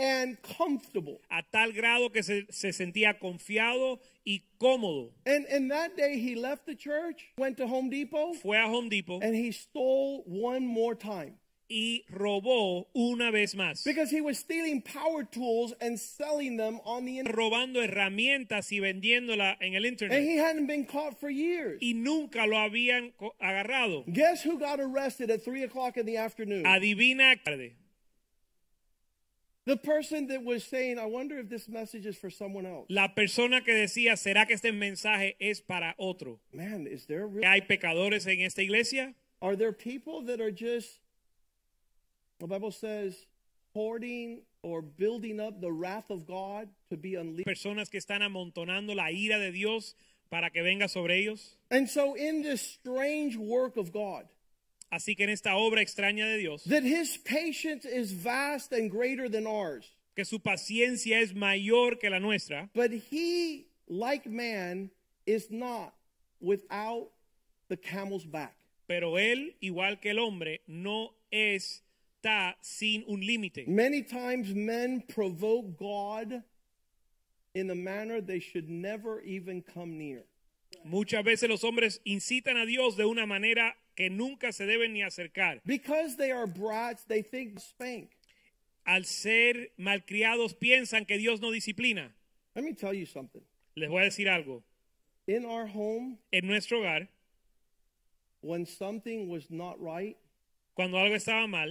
and comfortable. A tal grado que se, se sentía confiado y cómodo. And and that day he left the church, went to Home Depot, Fue a Home Depot and he stole one more time. y robó una vez más. Because he was stealing power tools and selling them on the internet. Robando herramientas y vendiéndola en el And internet. he hadn't been caught for years. Y nunca lo habían co- agarrado. Guess who got arrested at 3 o'clock in the afternoon? Adivina tarde. The person that was saying, I wonder if this message is for someone else. La persona que decía, ¿será que este mensaje es para otro? Man, is there real? ¿Hay pecadores en esta iglesia? Are there people that are just, the Bible says, hoarding or building up the wrath of God to be unleashed? Personas que están amontonando la ira de Dios para que venga sobre ellos. And so, in this strange work of God, Así que en esta obra extraña de Dios, that his patience is vast and greater than ours, que su paciencia es mayor que la nuestra, but he, like man, is not without the camel's back. pero él, igual que el hombre, no está sin un límite. Many times men provoke God in a manner they should never even come near. Muchas veces los hombres incitan a Dios de una manera que nunca se deben ni acercar. Because they are brats, they think spank. Al ser malcriados piensan que Dios no disciplina. Let me tell you something. Les voy a decir algo. In our home, En nuestro hogar, when something was not right, cuando algo estaba mal,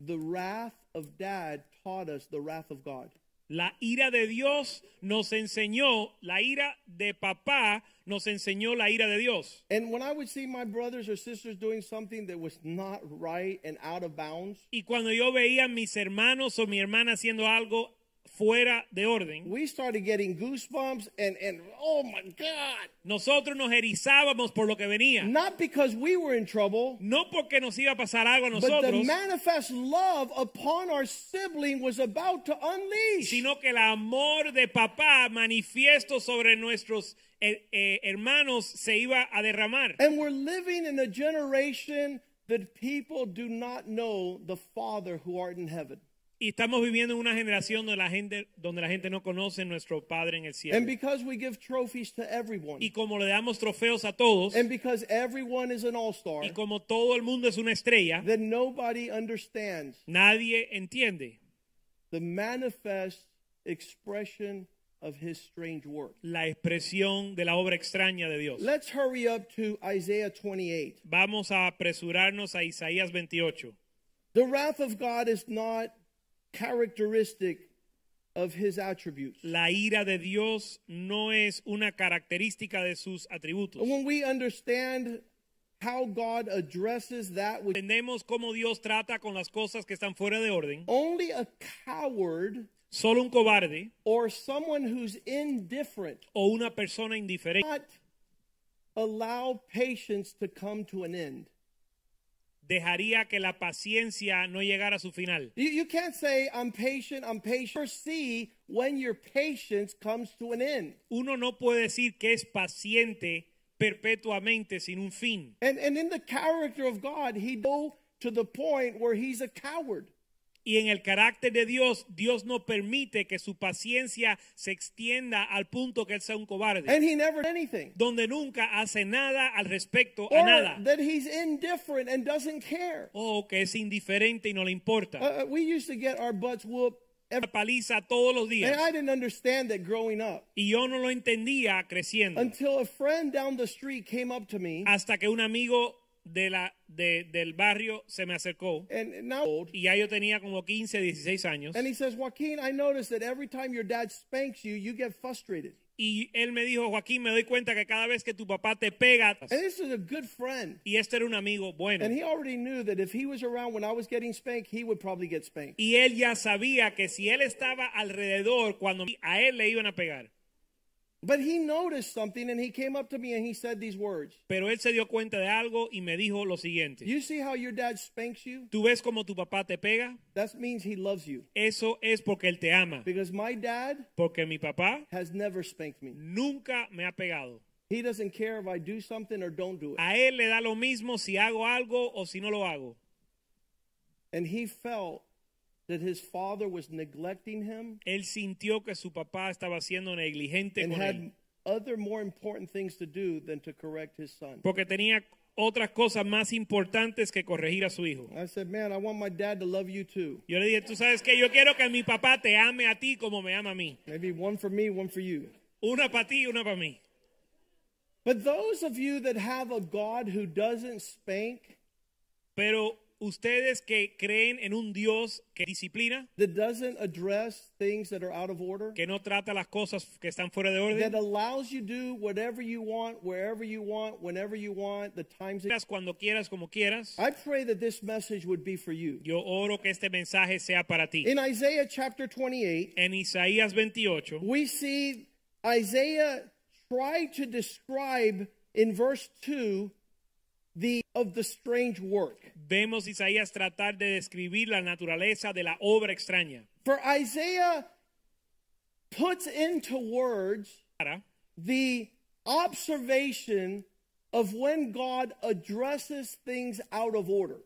the wrath of dad taught us the wrath of God. la ira de Dios nos enseñó, la ira de papá nos enseñó la ira de Dios. And when I would see my brothers or sisters doing something that was not right and out of bounds, Y cuando yo veía a mis hermanos o mi hermana haciendo algo fuera de orden, we started getting goosebumps and, and oh my God. nosotros nos erizábamos por lo que venía. Not because we were in trouble, No porque nos iba a pasar algo a but the nosotros, manifest love upon our sibling was about to unleash. sino que el amor de papá manifiesto sobre nuestros eh, eh, hermanos se iba a derramar. And we're living in a generation that people do not know the Father who art in heaven. Y estamos viviendo en una generación donde la gente, donde la gente no conoce a nuestro Padre en el cielo. And because we give trophies to everyone, y como le damos trofeos a todos, and because everyone is an all star, y como todo el mundo es una estrella, then nobody understands nadie entiende the manifest expression of his strange work. la expresión de la obra extraña de Dios. Let's hurry up to Isaiah 28. Vamos a apresurarnos a Isaías 28. The wrath of God is not characteristic of his attributes. La ira de Dios no es una característica de sus atributos. When we understand how God addresses that which Entendemos cómo Dios trata con las cosas que están fuera de orden. Only a coward Solo un cobarde or someone who's indifferent o una persona indiferente not allow patience to come to an end. dejaría que la paciencia no llegara a su final. You, you can't say, I'm patient, I'm patient. Never see when your patience comes to an end. Uno no puede decir que es paciente perpetuamente sin un fin. And, and in the character of God, he go to the point where he's a coward. Y en el carácter de Dios, Dios no permite que su paciencia se extienda al punto que él sea un cobarde, And he never did anything. donde nunca hace nada al respecto a Or nada, that he's indifferent and doesn't care. o que es indiferente y no le importa. Uh, we used to get our butts whooped. Every, Una paliza todos los and días. I didn't understand that growing up. Y yo no lo entendía creciendo until a friend down the street came up to me hasta que un amigo de la, de- del barrio se me acercó and now old. y ya yo tenía como 15, 16 años. And he says, Joaquin, I noticed that every time your dad spanks you, you get frustrated. Y él me dijo, Joaquín, me doy cuenta que cada vez que tu papá te pega, And this is a good friend. y este era un amigo bueno, Eh. And he already knew that if he was around when I was getting spanked, he would probably get spanked. y él ya sabía que si él estaba alrededor cuando a él le iban a pegar, But he noticed something and he came up to me and he said these words pero él se dio cuenta de algo y me dijo lo siguiente, You see how your dad spanks you? ¿tú ves cómo tu papá te pega? That means he loves you. Eso es porque él te ama, Because my dad porque mi papá has never spanked me. nunca me ha pegado. He doesn't care if I do something or don't do it. A él le da lo mismo si hago algo o si no lo hago. And he felt that his father was neglecting him Él sintió que su papá estaba siendo negligente and con had él, other more important things to do than to correct his son. porque tenía otras cosas más importantes que corregir a su hijo. I said, Man, I want my dad to love you too. Yo le dije, tú sabes que yo quiero que mi papá te ame a ti como me ama a mí. Maybe one for me, one for you. Una para ti y una para mí. But those of you that have a God who doesn't spank, Pero ustedes que creen en un Dios que disciplina, that doesn't address things that are out of order, que no trata las cosas que están fuera de orden, that allows you to do whatever you want, wherever you want, whenever you want, the times. that- quieras cuando quieras, como quieras, I pray that this message would be for you. yo oro que este mensaje sea para ti. In Isaiah chapter 28, En Isaías 28 we see Isaiah try to describe in verse 2 the of the strange work. vemos Isaías tratar de describir la naturaleza de la obra extraña. For Isaiah puts into words Para, the observation of when God addresses things out of order.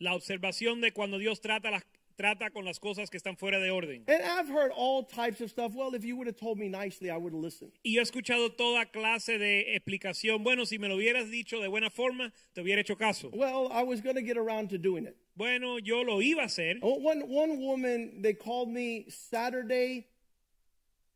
la observación de cuando Dios trata, las, trata con las cosas que están fuera de orden. And I've heard all types of stuff. Well, if you would have told me nicely, I would have listened. Y yo he escuchado toda clase de explicación. Bueno, si me lo hubieras dicho de buena forma, te hubiera hecho caso. Well, I was going to get around to doing it. Bueno, yo lo iba a hacer. Oh, One, one woman, they called me Saturday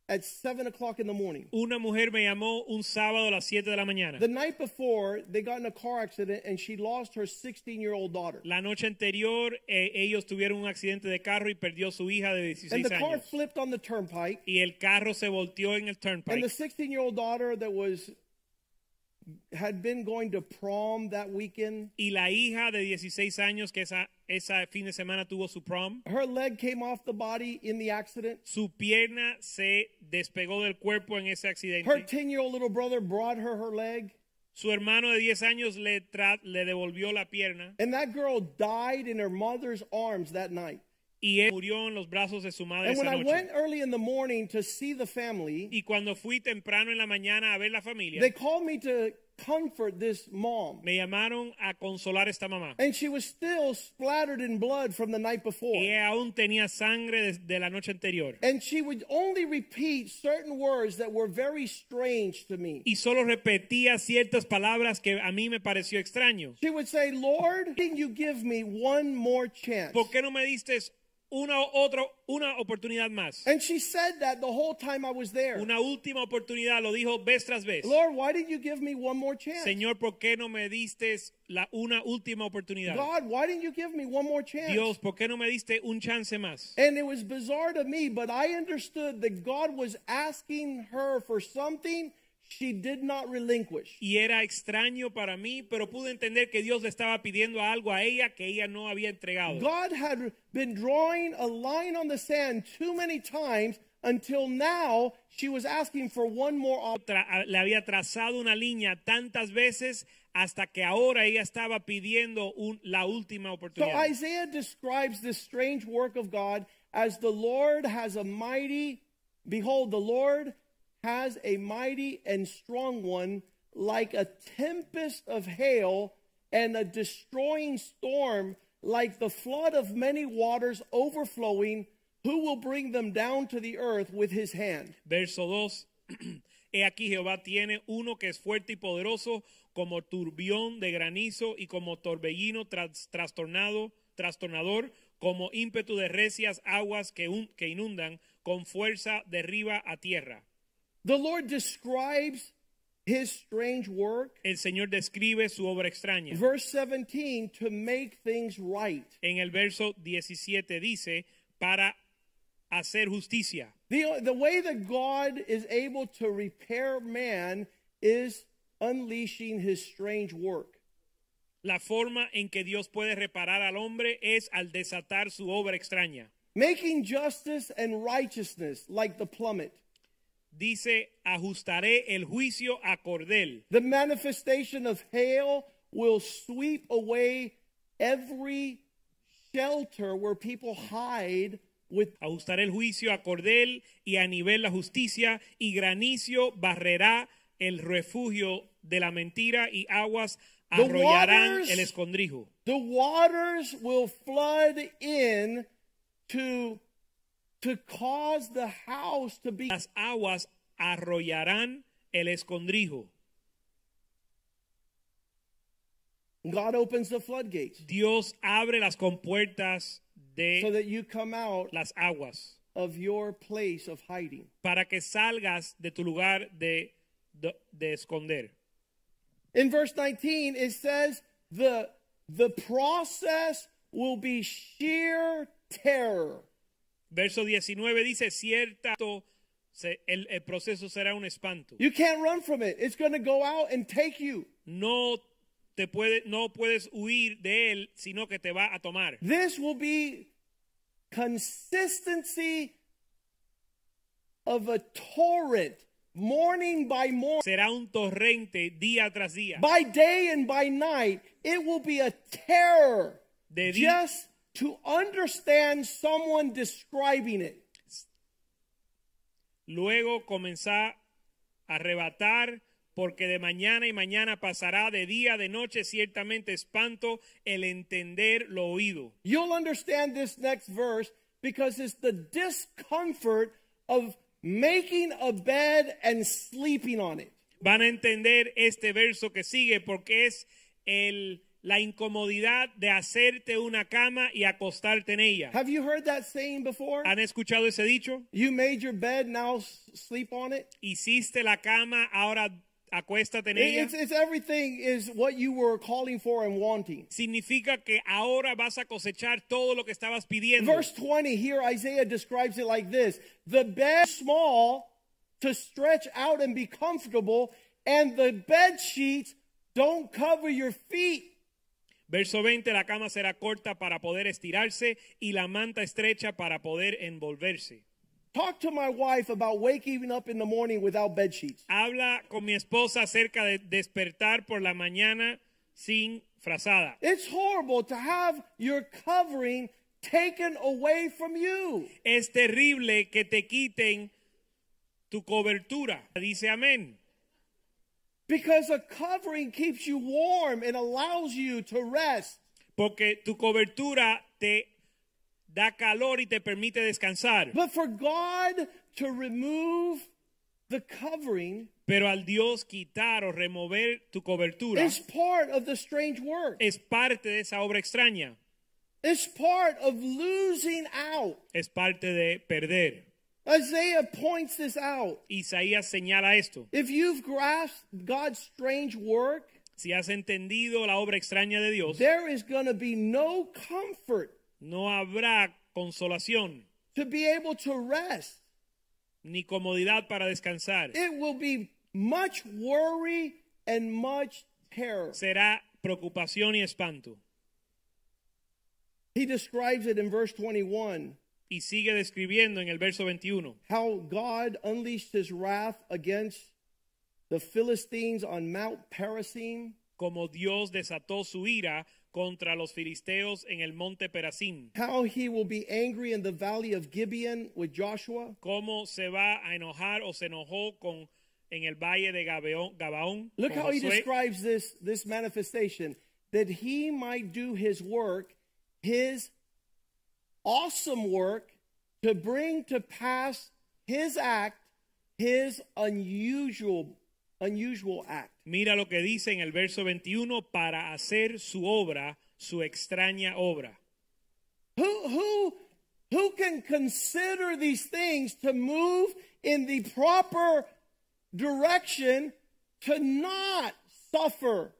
at 7 o'clock in the morning. Una mujer me llamó un sábado a las 7 de la mañana. The night before, they got in a car accident and she lost her 16 year old daughter. La noche anterior eh, ellos tuvieron un accidente de carro y perdió su hija de And 16 the car años. flipped on the turnpike. Y el carro se volteó en el And the turnpike. 16 year old daughter that was had been going to prom that weekend, Y la hija de 16 años que esa esa fin de semana tuvo su prom, her leg came off the body in the accident. su pierna se despegó del cuerpo en ese Her accidente. 10 year old little brother brought her her leg, Su hermano de 10 años le tra- le devolvió la pierna. and that girl died in her mother's arms that night. y él murió en los brazos de su madre And when esa I noche. went early in the morning to see the family, y cuando fui temprano en la mañana a ver la familia, they called me to comfort this mom. me llamaron a consolar a esta mamá. And she was still splattered in blood from the night Y before. ella aún tenía sangre de, de la noche anterior. And she would only repeat certain words that were very strange to me. Y solo repetía ciertas palabras que a mí me pareció extraño. She would say, Lord, can you give me one more chance? ¿Por qué no me diste una, otro, una oportunidad más? And she said that the whole time I was there. Una última oportunidad, lo dijo vez tras vez. Lord, why didn't you give me one more chance? Señor, ¿por qué no me diste la, una última oportunidad? God, why didn't you give me one more chance? Dios, ¿por qué no me diste un chance más? And it was bizarre to me, but I understood that God was asking her for something she did not relinquish. y era extraño para mí, pero pude entender que Dios le estaba pidiendo algo a ella que ella no había entregado. God had been drawing a line on the sand too many times until now she was asking for one more opportunity. Tra- a- le había trazado una línea tantas veces hasta que ahora ella estaba pidiendo un- la última So oportunidad. Isaiah describes this strange work of God as the Lord has a mighty, behold, the Lord has a mighty and strong one, like a tempest of hail and a destroying storm, like the flood of many waters overflowing, who will bring them down to the earth with his hand. Verso 2. He aquí Jehová tiene uno que es fuerte y poderoso como turbión de granizo y como torbellino tras- trastornado, trastornador, como ímpetu de recias aguas que, un- que inundan, con fuerza derriba a tierra. The Lord describes his strange work. El Señor describe su obra extraña. Verse 17, to make things right. En el verso 17 dice, para hacer justicia. The, the way that God is able to repair man is unleashing his strange work. La forma en que Dios puede reparar al hombre es al desatar su obra extraña. Making justice and righteousness like the plummet. Dice, ajustaré el juicio a cordel. The manifestation of hail will sweep away every shelter where people hide with Ajustaré el juicio a cordel y a nivel la justicia y granizo barrerá el refugio de la mentira y aguas The arrollarán waters- el escondrijo. the waters will flood in to to cause the house to be Las aguas arrollarán el escondrijo. God opens the floodgates Dios abre las compuertas de so that you come out las aguas of your place of hiding. para que salgas de tu lugar de, de- de esconder. In verse 19 it says the the process will be sheer terror. Verso 19 dice, cierto, se- el, el proceso será un espanto. You can't run from it. It's going to go out and take you. No, te puede, no puedes huir de él, sino que te va a tomar. This will be consistency of a torrent, morning by morning, Será un torrente día tras día. by day and by night. It will be a terror De día- just to understand someone describing it. Luego comenzá a arrebatar, porque de mañana y mañana pasará de día, de noche, ciertamente espanto el entender lo oído. You'll understand this next verse because it's the discomfort of making a bed and sleeping on it. Van a entender este verso que sigue porque es el, la incomodidad de hacerte una cama y acostarte en ella. Have you heard that saying before? ¿Han escuchado ese dicho? You made your bed, now s- sleep on it. Hiciste la cama, ahora acuéstate en It- ella. It's, it's everything is what you were calling for and wanting. Significa que ahora vas a cosechar todo lo que estabas pidiendo. Verse 20 here, Isaiah describes it like this The bed small to stretch out and be comfortable, and the bed sheets don't cover your feet. Verso 20, la cama será corta para poder estirarse y la manta estrecha para poder envolverse. Talk to my wife about waking up in the morning without bed sheets. Habla con mi esposa acerca de despertar por la mañana sin frazada. It's horrible to have your covering taken away from you. Es terrible que te quiten tu cobertura. Dice amén. Because a covering keeps you warm and allows you to rest. Porque tu cobertura te da calor y te permite descansar. But for God to remove the covering Pero al Dios quitar o remover tu cobertura is part of the strange work. es parte de esa obra extraña. It's part of losing out. Es parte de perder. Isaiah points this out. Isaías señala esto. If you've grasped God's strange work, Si has entendido la obra extraña de Dios, there is going to be no comfort no habrá consolación to be able to rest. ni comodidad para descansar. It will be much worry and much terror. Será preocupación y espanto. He describes it in verse 21 Y sigue describiendo en el verso 21 how God unleashed his wrath against the Philistines on Mount Parasim, como Dios desató su ira contra los filisteos en el monte Perazín. how he will be angry in the valley of Gibeon with Joshua. Cómo se va a enojar o se enojó con en el valle de Gabeón- Gabaón. Look con how he Josué. describes this, this manifestation that he might do his work, his awesome work, to bring to pass his act, his unusual, unusual act. Mira lo que dice en el verso 21 para hacer su obra, su extraña obra. Who who who can consider these things to move in the proper direction cannot suffer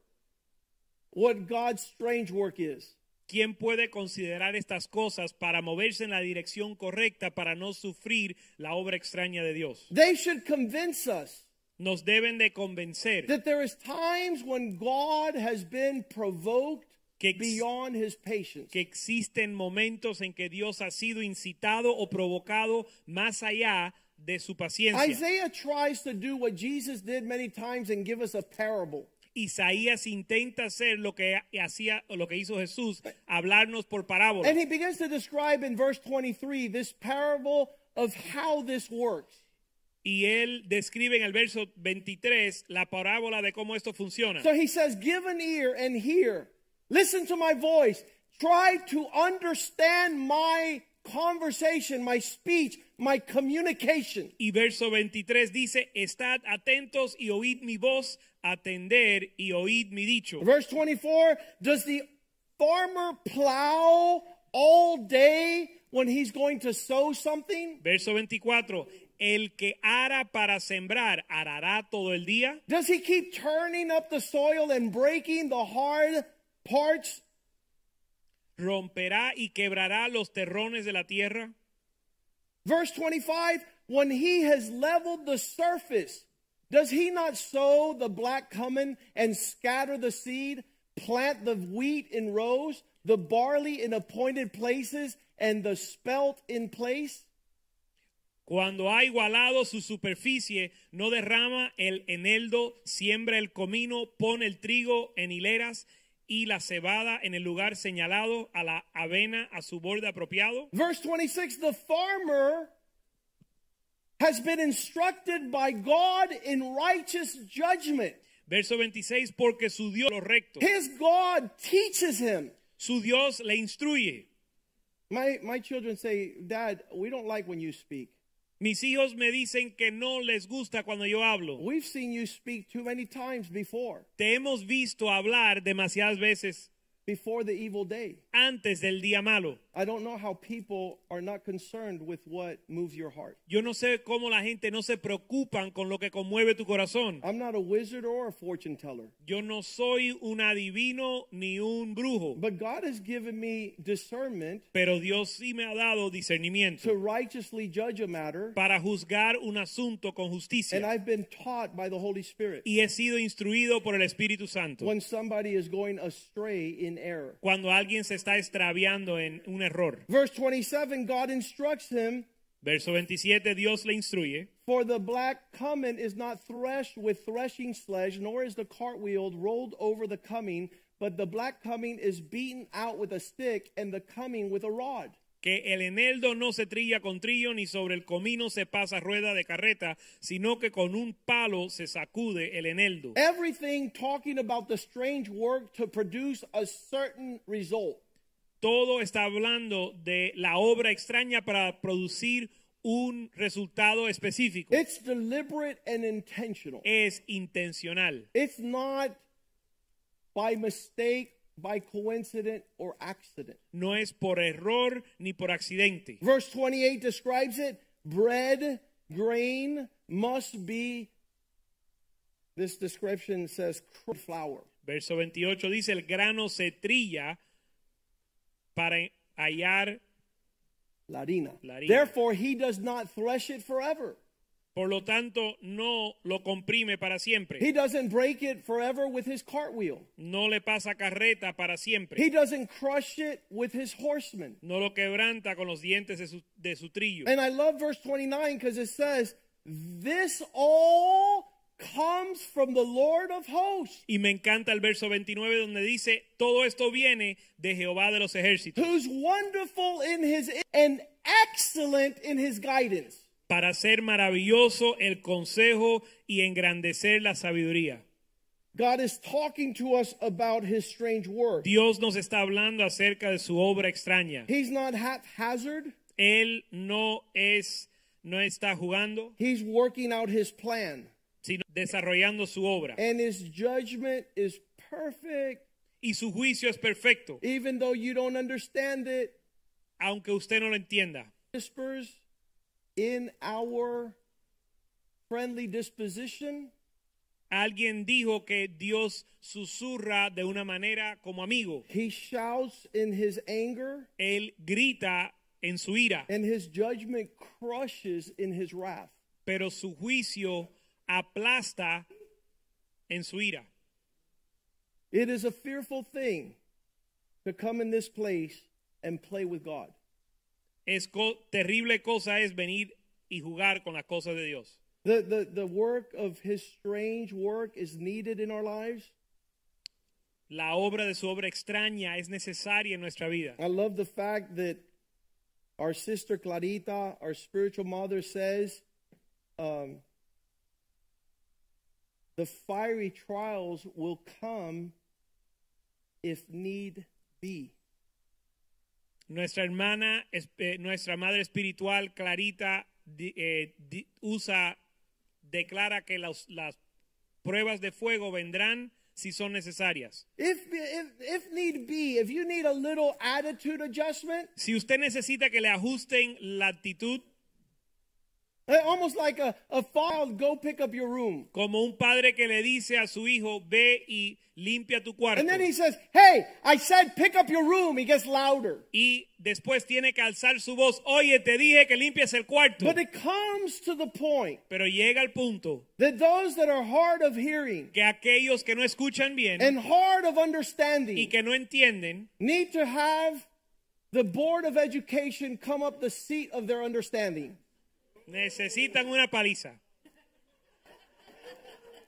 what God's strange work is. ¿Quién puede considerar estas cosas para moverse en la dirección correcta para no sufrir la obra extraña de Dios? They should convince us Nos deben de convencer that there is times when God has been provoked Que ex- beyond his patience. que existen momentos en que Dios ha sido incitado o provocado más allá de su paciencia. Isaiah tries to do what Jesus did many times and give us a parable. Isaías intenta hacer lo que hacía o lo que hizo Jesús, hablarnos por parábolas. And he begins to describe in verse 23 this parable of how this works. Y él describe en el verso 23 la parábola de cómo esto funciona. So he says, Give an ear and hear. Listen to my voice. Try to understand my conversation, my speech, my communication. Y verso 23 dice, estad atentos y oíd mi voz, atender y oíd mi dicho. Verse 24 Does the farmer plow all day when he's going to sow something? Verso 24, el que ara para sembrar, arará todo el día. Does he keep turning up the soil and breaking the hard parts? romperá y quebrará los terrones de la tierra. Verse 25 When he has leveled the surface, does he not sow the black cumin and scatter the seed, plant the wheat in rows, the barley in appointed places, and the spelt in place? Cuando ha igualado su superficie, no derrama el eneldo, siembra el comino, pone el trigo en hileras y la cebada en el lugar señalado, a la avena a su borde apropiado. Verse 26 The farmer has been instructed by God in righteous judgment. Verso 26, porque su Dios lo recto, His God teaches him. su Dios le instruye. My, my children say, Dad, we don't like when you speak. Mis hijos me dicen que no les gusta cuando yo hablo. We've seen you speak too many times before, Te hemos visto hablar demasiadas veces before the evil day. antes del día malo. I don't know how people are not concerned with what moves your heart. Yo no sé cómo la gente no se preocupan con lo que conmueve tu corazón. I'm not a wizard or a fortune teller, Yo no soy un adivino ni un brujo, but God has given me discernment pero Dios sí me ha dado to discernimiento righteously judge a matter, para juzgar un asunto con and justicia I've been taught by the Holy Spirit y he sido instruido por el Espíritu Santo when somebody is going astray in error. cuando alguien se está extraviando en un error. Verse 27 God instructs him Verso 27, Dios le instruye, For the black cumin is not threshed with threshing sledge, nor is the cartwheel rolled over the cumin, but the black cumin is beaten out with a stick, and the cumin with a rod. que el eneldo no se trilla con trillo ni sobre el comino se pasa rueda de carreta, sino que con un palo se sacude el eneldo. Everything talking about the strange work to produce a certain result. todo está hablando de la obra extraña para producir un resultado específico. It's deliberate and intentional. es intencional. It's not by mistake, by coincidence, or accident. No es por error ni por accidente. Verse 28 describes it bread, grain must be. This description says cr- flour. Verso 28 dice, el grano se trilla para hallar, La harina. La harina. Therefore, he does not thresh it forever. por lo tanto no lo comprime para He siempre. doesn't break it forever with his cartwheel. No le pasa carreta para He siempre. doesn't crush it with his horseman. No lo quebranta con los dientes de su, de su trillo. And I love verse 29 because it says, This all comes from the Lord of hosts, Y me encanta el verso 29 donde dice, todo esto viene de Jehová de los ejércitos. who's wonderful in his and excellent in his guidance. para hacer maravilloso el consejo y engrandecer la sabiduría. God is talking to us about his strange work. Dios nos está hablando acerca de su obra extraña. He's not haphazard, Él no es no está jugando, he's working out his plan. sino desarrollando su obra. And his judgment is perfect, Y su juicio es perfecto, even though you don't understand it. aunque usted no lo entienda. Whispers in our friendly disposition, Alguien dijo que Dios susurra de una manera como amigo. He shouts in his anger, Él grita en su ira, and his judgment crushes in his wrath. pero su juicio aplasta en su ira. It is a fearful thing to come in this place and play with God. Es co- terrible cosa es venir y jugar con las cosas de Dios. The, the, the work of his strange work is needed in our lives. La obra de su obra extraña es necesaria en nuestra vida. I love the fact that our sister Clarita, our spiritual mother, says um, the fiery trials will come if need be. Nuestra hermana, es- eh, nuestra madre espiritual, Clarita, di- eh, di- usa, declara que las- las pruebas de fuego vendrán si son necesarias. If, if, if need be, if you need a little attitude adjustment, Si usted necesita que le ajusten la actitud, eh, almost like a, a child, go pick up your room. como un padre que le dice a su hijo, ve y limpia tu cuarto. And then he says, Hey, I said pick up your room. He gets louder. Y después tiene que alzar su voz, oye, te dije que limpies el cuarto. But it comes to the point Pero llega el punto that those that are hard of hearing que aquellos que no escuchan bien and hard of y understanding que no entienden, need to have the Board of Education come up the seat of their understanding. necesitan una paliza.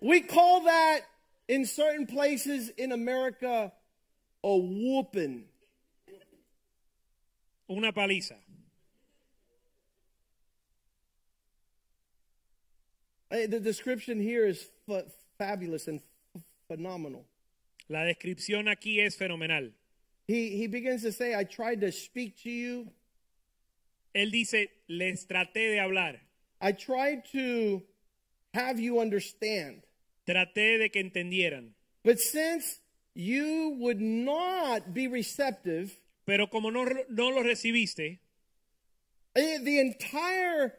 We call that in certain places in America a whooping. Una paliza. Uh, The description here is fa- fabulous and f- phenomenal. La descripción aquí es fenomenal. He, he begins to say, I tried to speak to you. Él dice, les traté de hablar, I tried to have you understand. traté de que entendieran. But since you would not be receptive, Pero como no, no lo recibiste, eh, the entire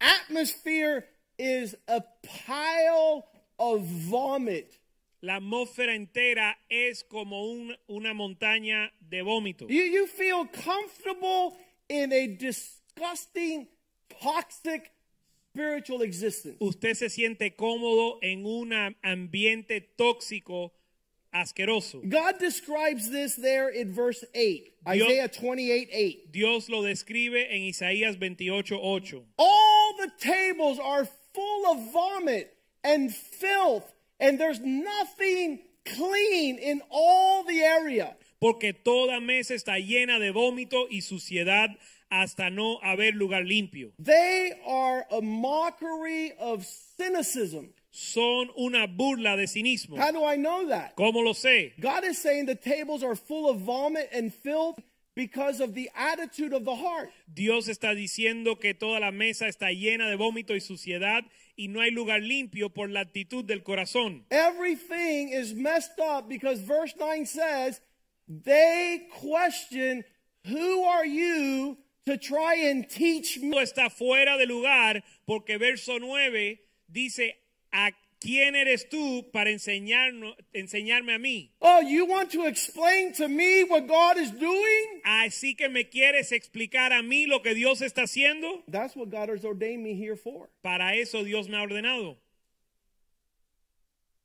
atmosphere is a pile of vomit. la atmósfera entera es como un- una montaña de vómito. You, you feel comfortable in a disgusting, toxic spiritual existence. Usted se siente cómodo en un am- ambiente tóxico, asqueroso. God describes this there in verse 8, Dios- Isaiah 28 8. Dios lo describe en Isaías 28:8. All the tables are full of vomit and filth, and there's nothing clean in all the area. Porque toda mesa está llena de vómito y suciedad hasta no haber lugar limpio. They are a mockery of cynicism. Son una burla de cinismo. How do I know that? ¿Cómo lo sé? God is saying the tables are full of vomit and filth because of the attitude of the heart. Dios está diciendo que toda la mesa está llena de vómito y suciedad y no hay lugar limpio por la actitud del corazón. Everything is messed up because verse 9 says, they question, Who are you to try and teach me? Todo está fuera de lugar porque verso 9 dice, ¿a quién eres tú para enseñarnos, enseñarme a mí? Oh, you want to explain to me what God is doing? Así que me quieres explicar a mí lo que Dios está haciendo. That's what God has ordained me here for. Para eso Dios me ha ordenado.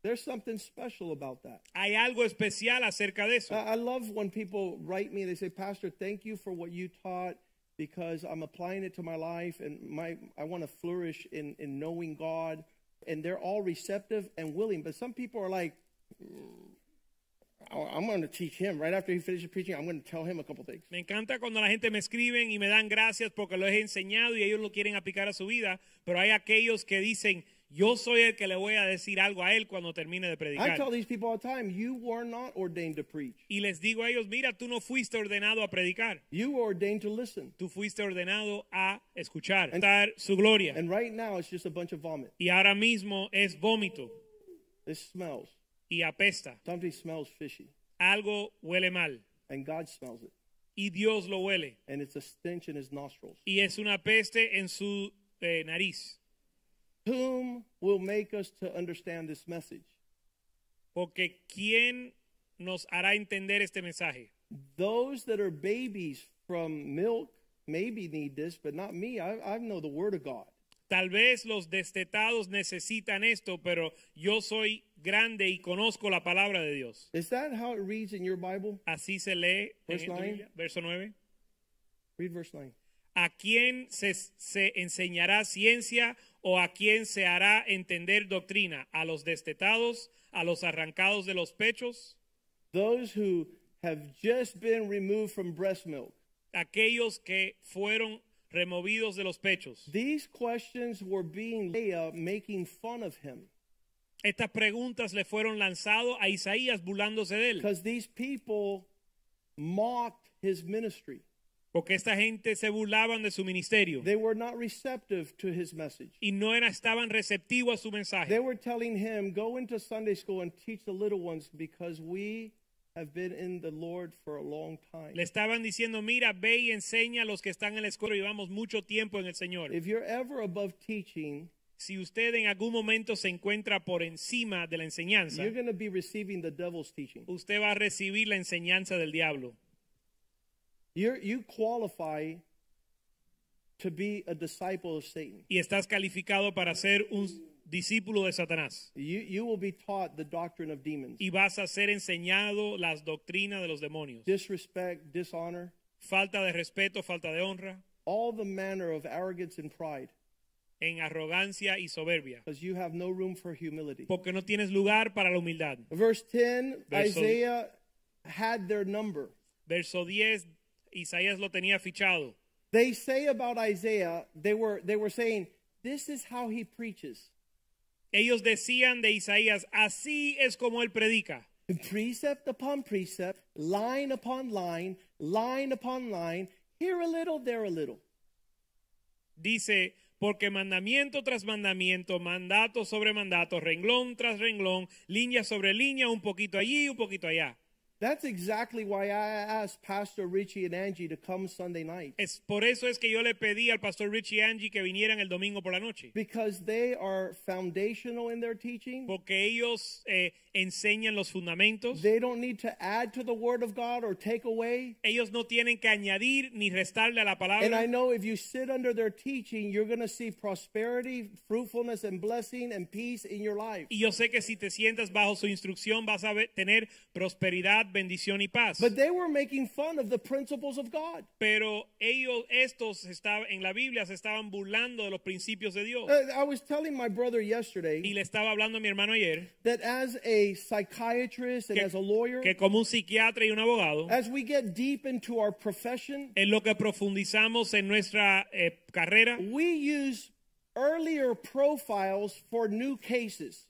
There's something special about that. Hay algo especial acerca de eso. I I love when people write me, they say, Pastor, thank you for what you taught because I'm applying it to my life and my I want to flourish in, in knowing God. And they're all receptive and willing. But some people are like, "Mm, I- I'm going to teach him right after he finishes preaching. I'm going to tell him a couple things. Me encanta cuando la gente me escriben y me dan gracias porque lo he enseñado y ellos lo quieren aplicar a su vida, pero hay aquellos que dicen, yo soy el que le voy a decir algo a él cuando termine de I predicar. tell these people all the time, you were not ordained to preach. Y les digo a ellos, mira, tú no fuiste ordenado a predicar, You were ordained to listen. tú fuiste ordenado a escuchar, dar su gloria. And right now, it's just a bunch of vomit. Y ahora mismo es vómito It smells. y apesta. Something smells fishy, Algo huele mal and God smells it, y Dios lo huele. and it's a stench in His nostrils. y es una peste en su eh, nariz. Whom will make us to understand this message? Porque ¿quién nos hará entender este mensaje? Those that are babies from milk maybe need this, but not me. I, I know the Word of God. Tal vez los destetados necesitan esto, pero yo soy grande y conozco la palabra de Dios. Is that how it reads in your Bible? Así se lee en Verse tu nine. Biblia, verso 9. Read verse 9. ¿A quién se, se enseñará ciencia o a quién se hará entender doctrina? ¿A los destetados? ¿A los arrancados de los pechos? Those who have just been removed from breast milk. ¿Aquellos que fueron removidos de los pechos? These questions were being Leah making fun of him Estas preguntas le fueron lanzadas a Isaías burlándose de él, because these people mocked his ministry. porque esta gente se burlaban de su ministerio They were not receptive to his message. y no era- estaban receptivos a su They mensaje. were telling him, Go into Sunday school and teach the little ones because we have been in the Lord for a long time. Le estaban diciendo, mira, ve y enseña a los que están en la escuela, llevamos mucho tiempo en el Señor. If you're ever above teaching, Si usted en algún momento se encuentra por encima de la enseñanza, you're going to be receiving the devil's teaching. usted va a recibir la enseñanza del diablo. You're, you qualify to be a disciple of Satan. Y estás calificado para ser un discípulo de Satanás. You, you will be taught the doctrine of demons Y vas a ser enseñado las doctrinas de los demonios. disrespect, dishonor, Falta de respeto, falta de honra, all the manner of arrogance and pride en arrogancia y soberbia. because you have no room for humility. Porque no tienes lugar para la humildad. Verse 10 Verso- Isaiah had their number. Verso 10, Isaías lo tenía fichado. They say about Isaiah, they were, they were saying, This is how he preaches. Ellos decían de Isaías, así es como él predica. precept upon precept, line upon line, line upon line, here a little, there a little. Dice, porque mandamiento tras mandamiento, mandato sobre mandato, renglón tras renglón, línea sobre línea, un poquito allí, un poquito allá. That's exactly why I asked Pastor Richie and Angie to come Sunday night Es por eso es que yo le pedí al pastor Richie y Angie que vinieran el domingo por la noche, because they are foundational in their teaching. porque ellos eh, enseñan los fundamentos. They don't need to add to the Word of God or take away. Ellos no tienen que añadir ni restarle a la And I palabra. know if you sit under their teaching, you're going to see prosperity, fruitfulness, and blessing and peace in your life. Y yo sé que si te sientas bajo su instrucción vas a ver- tener prosperidad, bendición y paz. But they were making fun of the principles of God. Pero ellos, estos estaban, en la Biblia se estaban burlando de los principios de Dios. Uh, I was telling my brother Y yesterday le estaba hablando a mi hermano ayer that as a psychiatrist and que, as a lawyer, que como un psiquiatra y un abogado, as we get deep into our profession, en lo que profundizamos en nuestra eh, carrera, we use earlier profiles for new cases.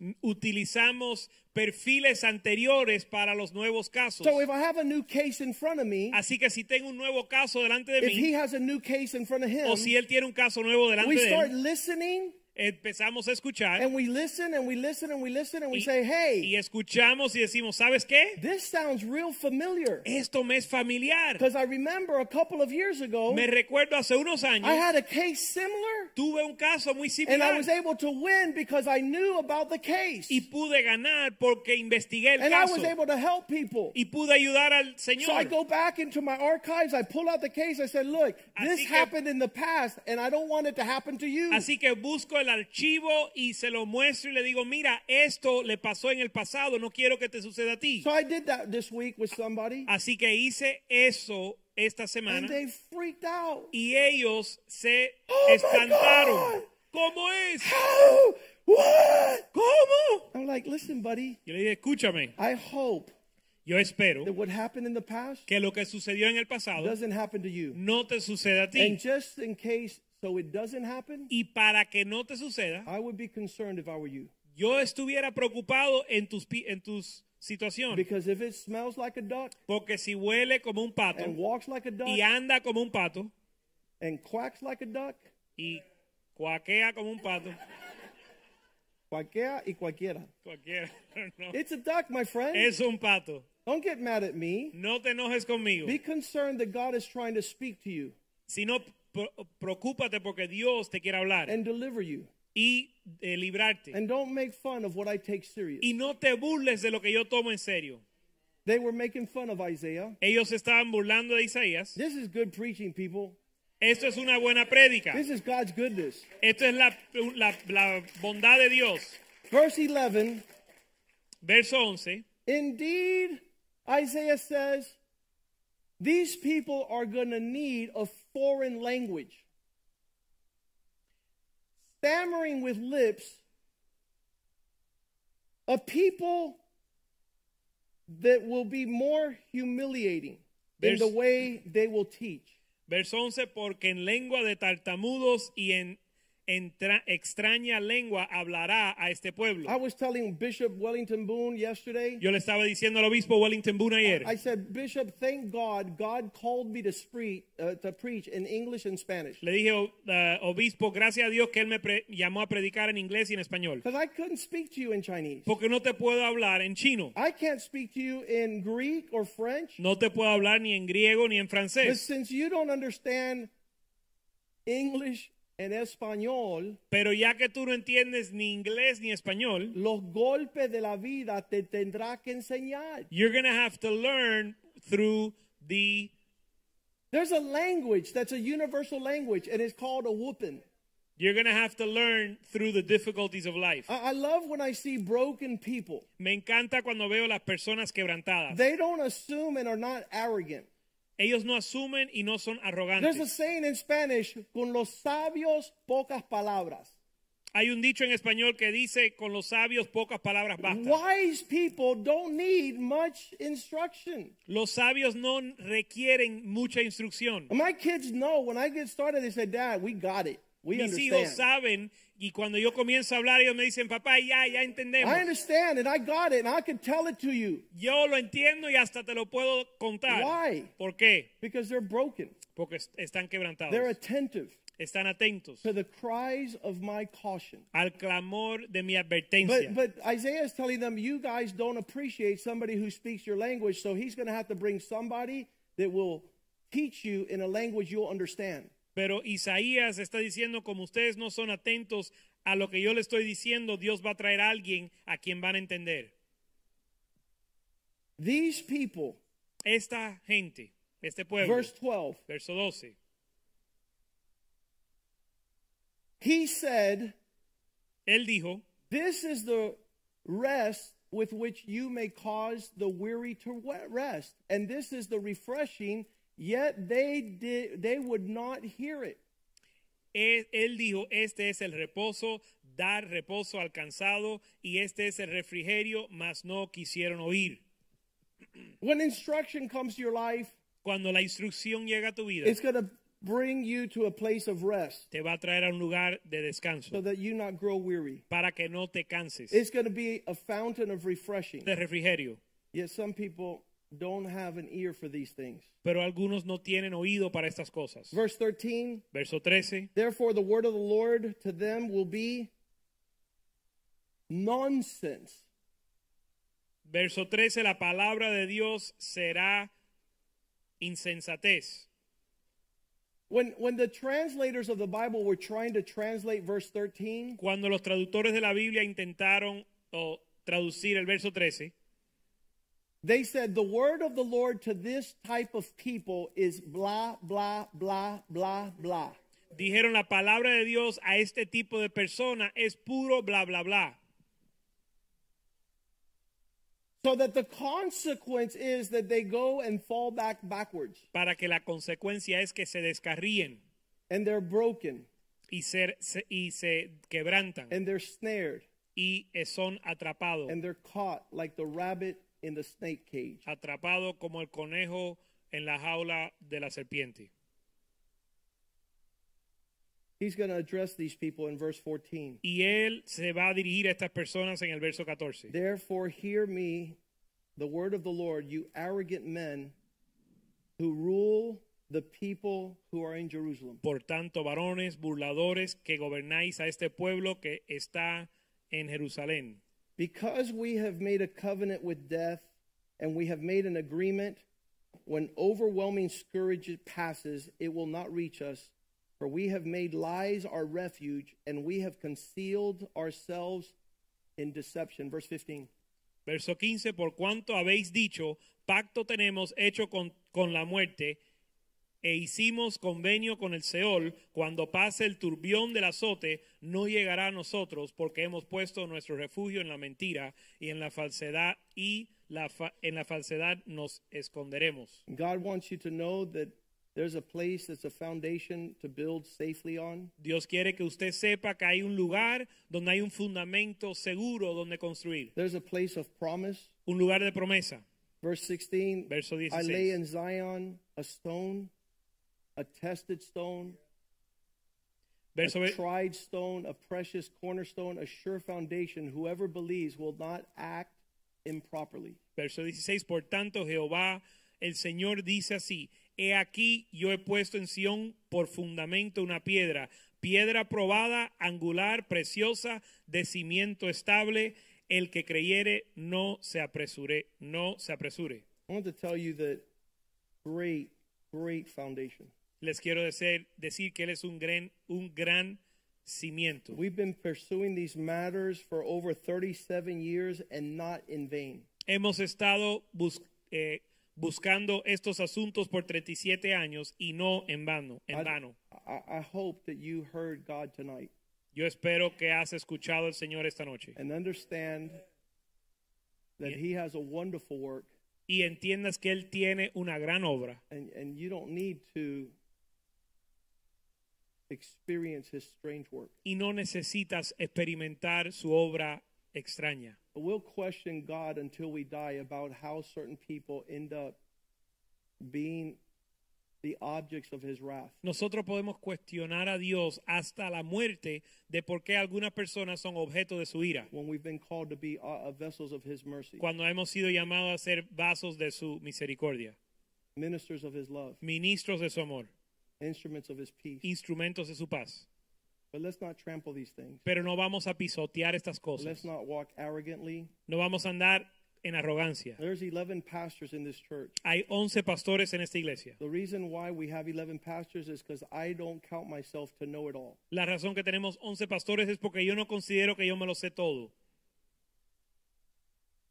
utilizamos perfiles anteriores para los nuevos casos. So if I have a new case in front of me, Así que si tengo un nuevo caso delante de if he mí, has a new case in front of him, o si él tiene un caso nuevo delante we de start él, listening empezamos a escuchar and we listen and we listen and we listen and we Y- say, y hey, escuchamos y decimos, ¿sabes qué? this sounds real familiar. Esto me es familiar. Because I remember a couple of years ago, Me recuerdo hace unos I años, had a case similar. tuve un caso muy And I similar was able to win because I knew about the case. y pude ganar porque investigué el And I was caso able to help people. y pude ayudar al So I Señor. go back into my archives, I pull out the case, I said, Look, Así this que- happened in the past, and I don't want it to happen to you. Así que busco el archivo y se lo muestro y le digo, mira, esto le pasó en el pasado, no quiero que te suceda a ti. So I did that this week with somebody, Así que hice eso esta and semana they freaked out. y ellos se Oh my God. espantaron. ¿Cómo es? How? What? ¿Cómo? I'm like, Listen, buddy, Yo le dije, escúchame, I hope yo espero that what happened in the past que lo que sucedió en el pasado doesn't happen to you. no te suceda a ti. And just in case, so it doesn't happen, Y para que no te suceda, I would be concerned if I were you. yo estuviera preocupado en tus, pi- en tus situaciones. Because if it smells like a duck, Porque si huele como un pato and walks like a duck y anda como un pato and quacks like a duck, y cuaquea como un pato, cualquiera y cualquiera. cualquiera, no, It's a duck, my friend. es un pato. Don't get mad at me. No te enojes conmigo, Be concerned that God is trying to speak to you sino pro- preocúpate porque Dios te quiere hablar and deliver you. y eh, librarte. And don't make fun of what I take serious. Y no te burles de lo que yo tomo en serio. They were making fun of Isaiah. Ellos se estaban burlando de Isaías. This is good preaching, people. Esto es una buena prédica. This is God's goodness. Esto es la, la- la bondad de Dios. Verse 11 Verso 11. Indeed, Isaiah says, these people are going to need a foreign language. Stammering with lips, a people that will be more humiliating in There's- the way they will teach. Verso 11, porque en lengua de tartamudos y en, en tra- extraña lengua hablará a este pueblo. I was telling Bishop Wellington Boone yesterday, Yo le estaba diciendo al obispo Wellington Boone ayer, I said, Bishop, thank God, God called me to, spree, uh, to preach in English and Spanish. le dije, "O- eh, obispo, gracias a Dios que él me pre- llamó a predicar en inglés y en español. Because I couldn't speak to you in Chinese. Porque no te puedo hablar en chino, I can't speak to you in Greek or French. no te puedo hablar ni en griego ni en But francés. since you don't understand English and Español, Pero ya que tú no entiendes ni inglés ni español, los golpes de la vida te tendrá que enseñar. you're going to have to learn through the There's a language that's a universal language, and it's called a whooping. you're going to have to learn through the difficulties of life. I, I love when I see broken people. Me encanta cuando veo las personas quebrantadas. They don't assume and are not arrogant. Ellos no asumen y no son There's a arrogantes. saying in Spanish, con los sabios pocas palabras. Hay un dicho en español que dice con los sabios pocas palabras bastan. Wise people don't need much instruction. Los sabios no requieren mucha instrucción. And My kids know when I get started, they say, Dad, we got it. We Mis hijos understand. saben y cuando yo comienzo a hablar ellos me dicen, "Papá, ya ya entendemos." I understand and I got it and I could tell it to you Yo lo entiendo y hasta te lo puedo contar. Why? ¿Por qué? because they're broken. Porque est- están quebrantados. They're attentive están atentos to the cries of my caution. al clamor de mi But, advertencia. but Isaiah is telling them, you guys don't appreciate somebody who speaks your language, so he's going to have to bring somebody that will teach you in a language you'll understand. Pero Isaías está diciendo, como ustedes no son atentos a lo que yo le estoy diciendo, Dios va a traer a alguien a quien van a entender. These people, Esta gente, este pueblo, verse 12, verso 12, he said, él dijo, This is the rest with which you may cause the weary to we- rest, and this is the refreshing. Yet they did, they would not hear it. e- él dijo, este es el reposo, dar reposo al cansado, y este es el refrigerio, mas no quisieron oír. When instruction comes to your life, Cuando la instrucción llega a tu vida, it's going to bring you to a place of rest, te va a traer a un lugar de so descanso that you not grow weary. para que no te canses. It's going to be a fountain of refreshing. de refrigerio. Yet some people don't have an ear for these things. Pero algunos no tienen oído para estas cosas. Verse 13. Verso 13. Therefore, the word of the Lord to them will be nonsense. Verso 13, la palabra de Dios será insensatez. When, when the translators of the Bible were trying to translate verse 13, Cuando los traductores de la Biblia intentaron o, traducir el verso 13, they said, The word of the Lord to this type of people is blah, blah, blah, blah, blah. dijeron la palabra de Dios a este tipo de persona es puro bla bla bla. So that the consequence is that they go and fall back backwards Para que la consecuencia es que se descarríen and they're broken y, ser- se, y se quebrantan and they're snared y eh, son atrapados. and they're caught like the rabbit in the snake cage. atrapado como el conejo en la jaula de la serpiente. He's going to address these people in verse 14. Y él se va a dirigir a estas personas en el verso 14. Therefore, hear me, the word of the Lord, you arrogant men who rule the people who are in Jerusalem. Por tanto, varones burladores que gobernáis a este pueblo que está en Jerusalén, Because we have made a covenant with death and we have made an agreement, when overwhelming scourge passes, it will not reach us, For we have made lies our refuge, and we have concealed ourselves in deception. Verse 15. Verso 15, por cuanto habéis dicho, pacto tenemos hecho con, con la muerte, e hicimos convenio con el Seol, cuando pase el turbión del azote, no llegará a nosotros, porque hemos puesto nuestro refugio en la mentira y en la falsedad, y la fa- en la falsedad nos esconderemos. God wants you to know that there's a place that's a foundation to build safely on. Dios quiere que usted sepa que hay un lugar donde hay un fundamento seguro donde construir, There's a place of promise. un lugar de promesa. Verse 16, Verso I lay 16. in Zion a stone, a tested stone, Verso, a ve- tried stone, a precious cornerstone, a sure foundation. Whoever believes will not act improperly. Verso 16, por tanto Jehová, el Señor dice así, he aquí yo he puesto en Sión por fundamento una piedra, piedra probada, angular, preciosa, de cimiento estable, el que creyere no se apresure, no se apresure. I want to tell you that great, great foundation. Les quiero decir, decir que él es un gran, un gran cimiento. We've been pursuing these matters for over 37 years and not in vain. Hemos estado bus- eh, buscando estos asuntos por 37 años y no en vano, en vano. I, I hope that you heard God tonight Yo espero que has escuchado al Señor esta noche and understand that He has a wonderful work y entiendas que Él tiene una gran obra and, and you don't need to experience His strange work. y no necesitas experimentar su obra extraña. We'll question God until we die about how certain people end up being the objects of His wrath. Nosotros podemos cuestionar a Dios hasta la muerte de por qué algunas personas son objeto de su ira, when we've been called to be uh, uh, vessels of his mercy, cuando hemos sido llamados a ser vasos de su misericordia, ministers of his love, ministros de su amor, instruments of his peace. instrumentos de su paz. But let's not trample these things. Pero no vamos a pisotear estas Let's cosas, not walk arrogantly. no vamos a andar en arrogancia. There's 11 pastors in this church. Hay 11 pastores en esta iglesia. The reason why we have 11 pastors is because I don't count myself to know it all. La razón que tenemos 11 pastores es porque yo no considero que yo me lo sé todo.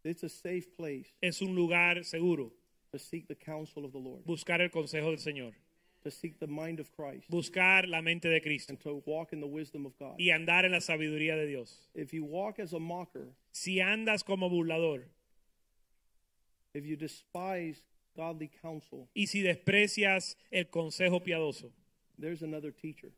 It's a safe place Es un lugar seguro. to seek the counsel of the Lord, Buscar el consejo del Señor. to seek the mind of Christ, Buscar la mente de Cristo. and to walk in the wisdom of God. Y andar en la sabiduría de Dios. If you walk as a mocker, Si andas como burlador if you despise godly counsel, y si desprecias el consejo piadoso, there's another teacher,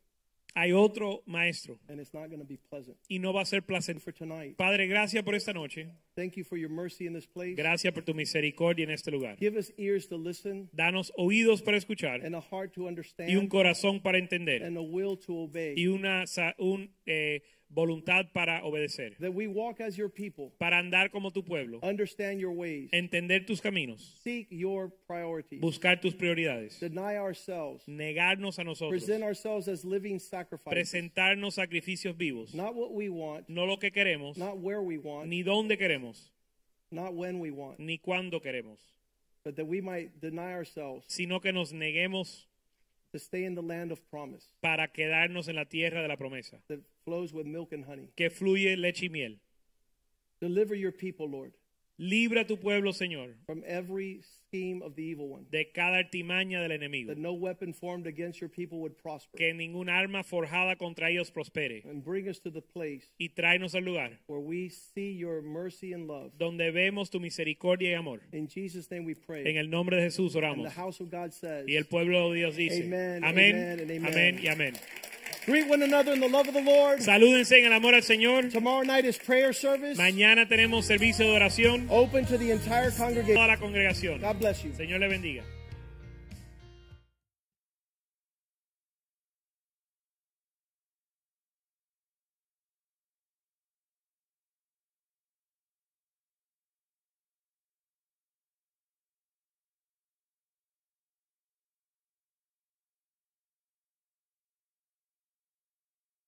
hay otro maestro and it's not going to be pleasant. y no va a ser Thank placentero. you for tonight. Padre, gracias por esta noche. Thank you for your mercy in this place. Gracias por tu misericordia en este lugar. Give us ears to listen Danos oídos para escuchar and a heart to understand y un corazón para entender and a will to obey. y una sa- un, eh, voluntad para obedecer. that we walk as your people, para andar como tu pueblo, understand your ways, entender tus caminos, seek your priorities, buscar tus prioridades, deny ourselves, negarnos a nosotros, present ourselves as living sacrifices, presentarnos sacrificios vivos, not what we want, no lo que queremos, not where we want, ni dónde queremos, not when we want, ni cuándo queremos, but that we might deny ourselves sino que nos neguemos to stay in the land of promise para quedarnos en la tierra de la promesa, that flows with milk and honey. que fluye leche y miel. Deliver your people, Lord, Libra a tu pueblo, Señor, from every scheme of the evil one, de cada artimaña del enemigo, that no weapon formed against your people would prosper. que ningún arma forjada contra ellos prospere, and bring us to the place y tráenos al lugar where we see your mercy and love. donde vemos tu misericordia y amor. In Jesus' name we pray. En el nombre de Jesús and the oramos. house of God says, Y el pueblo de Dios dice, Amen, amén, amen, and amen. amén y amén. greet one another in the love of the Lord. Salúdense en el amor al Señor. Tomorrow night is prayer service, Mañana tenemos servicio de oración open to the entire a congregation. toda la congregación. God bless you. Señor le bendiga.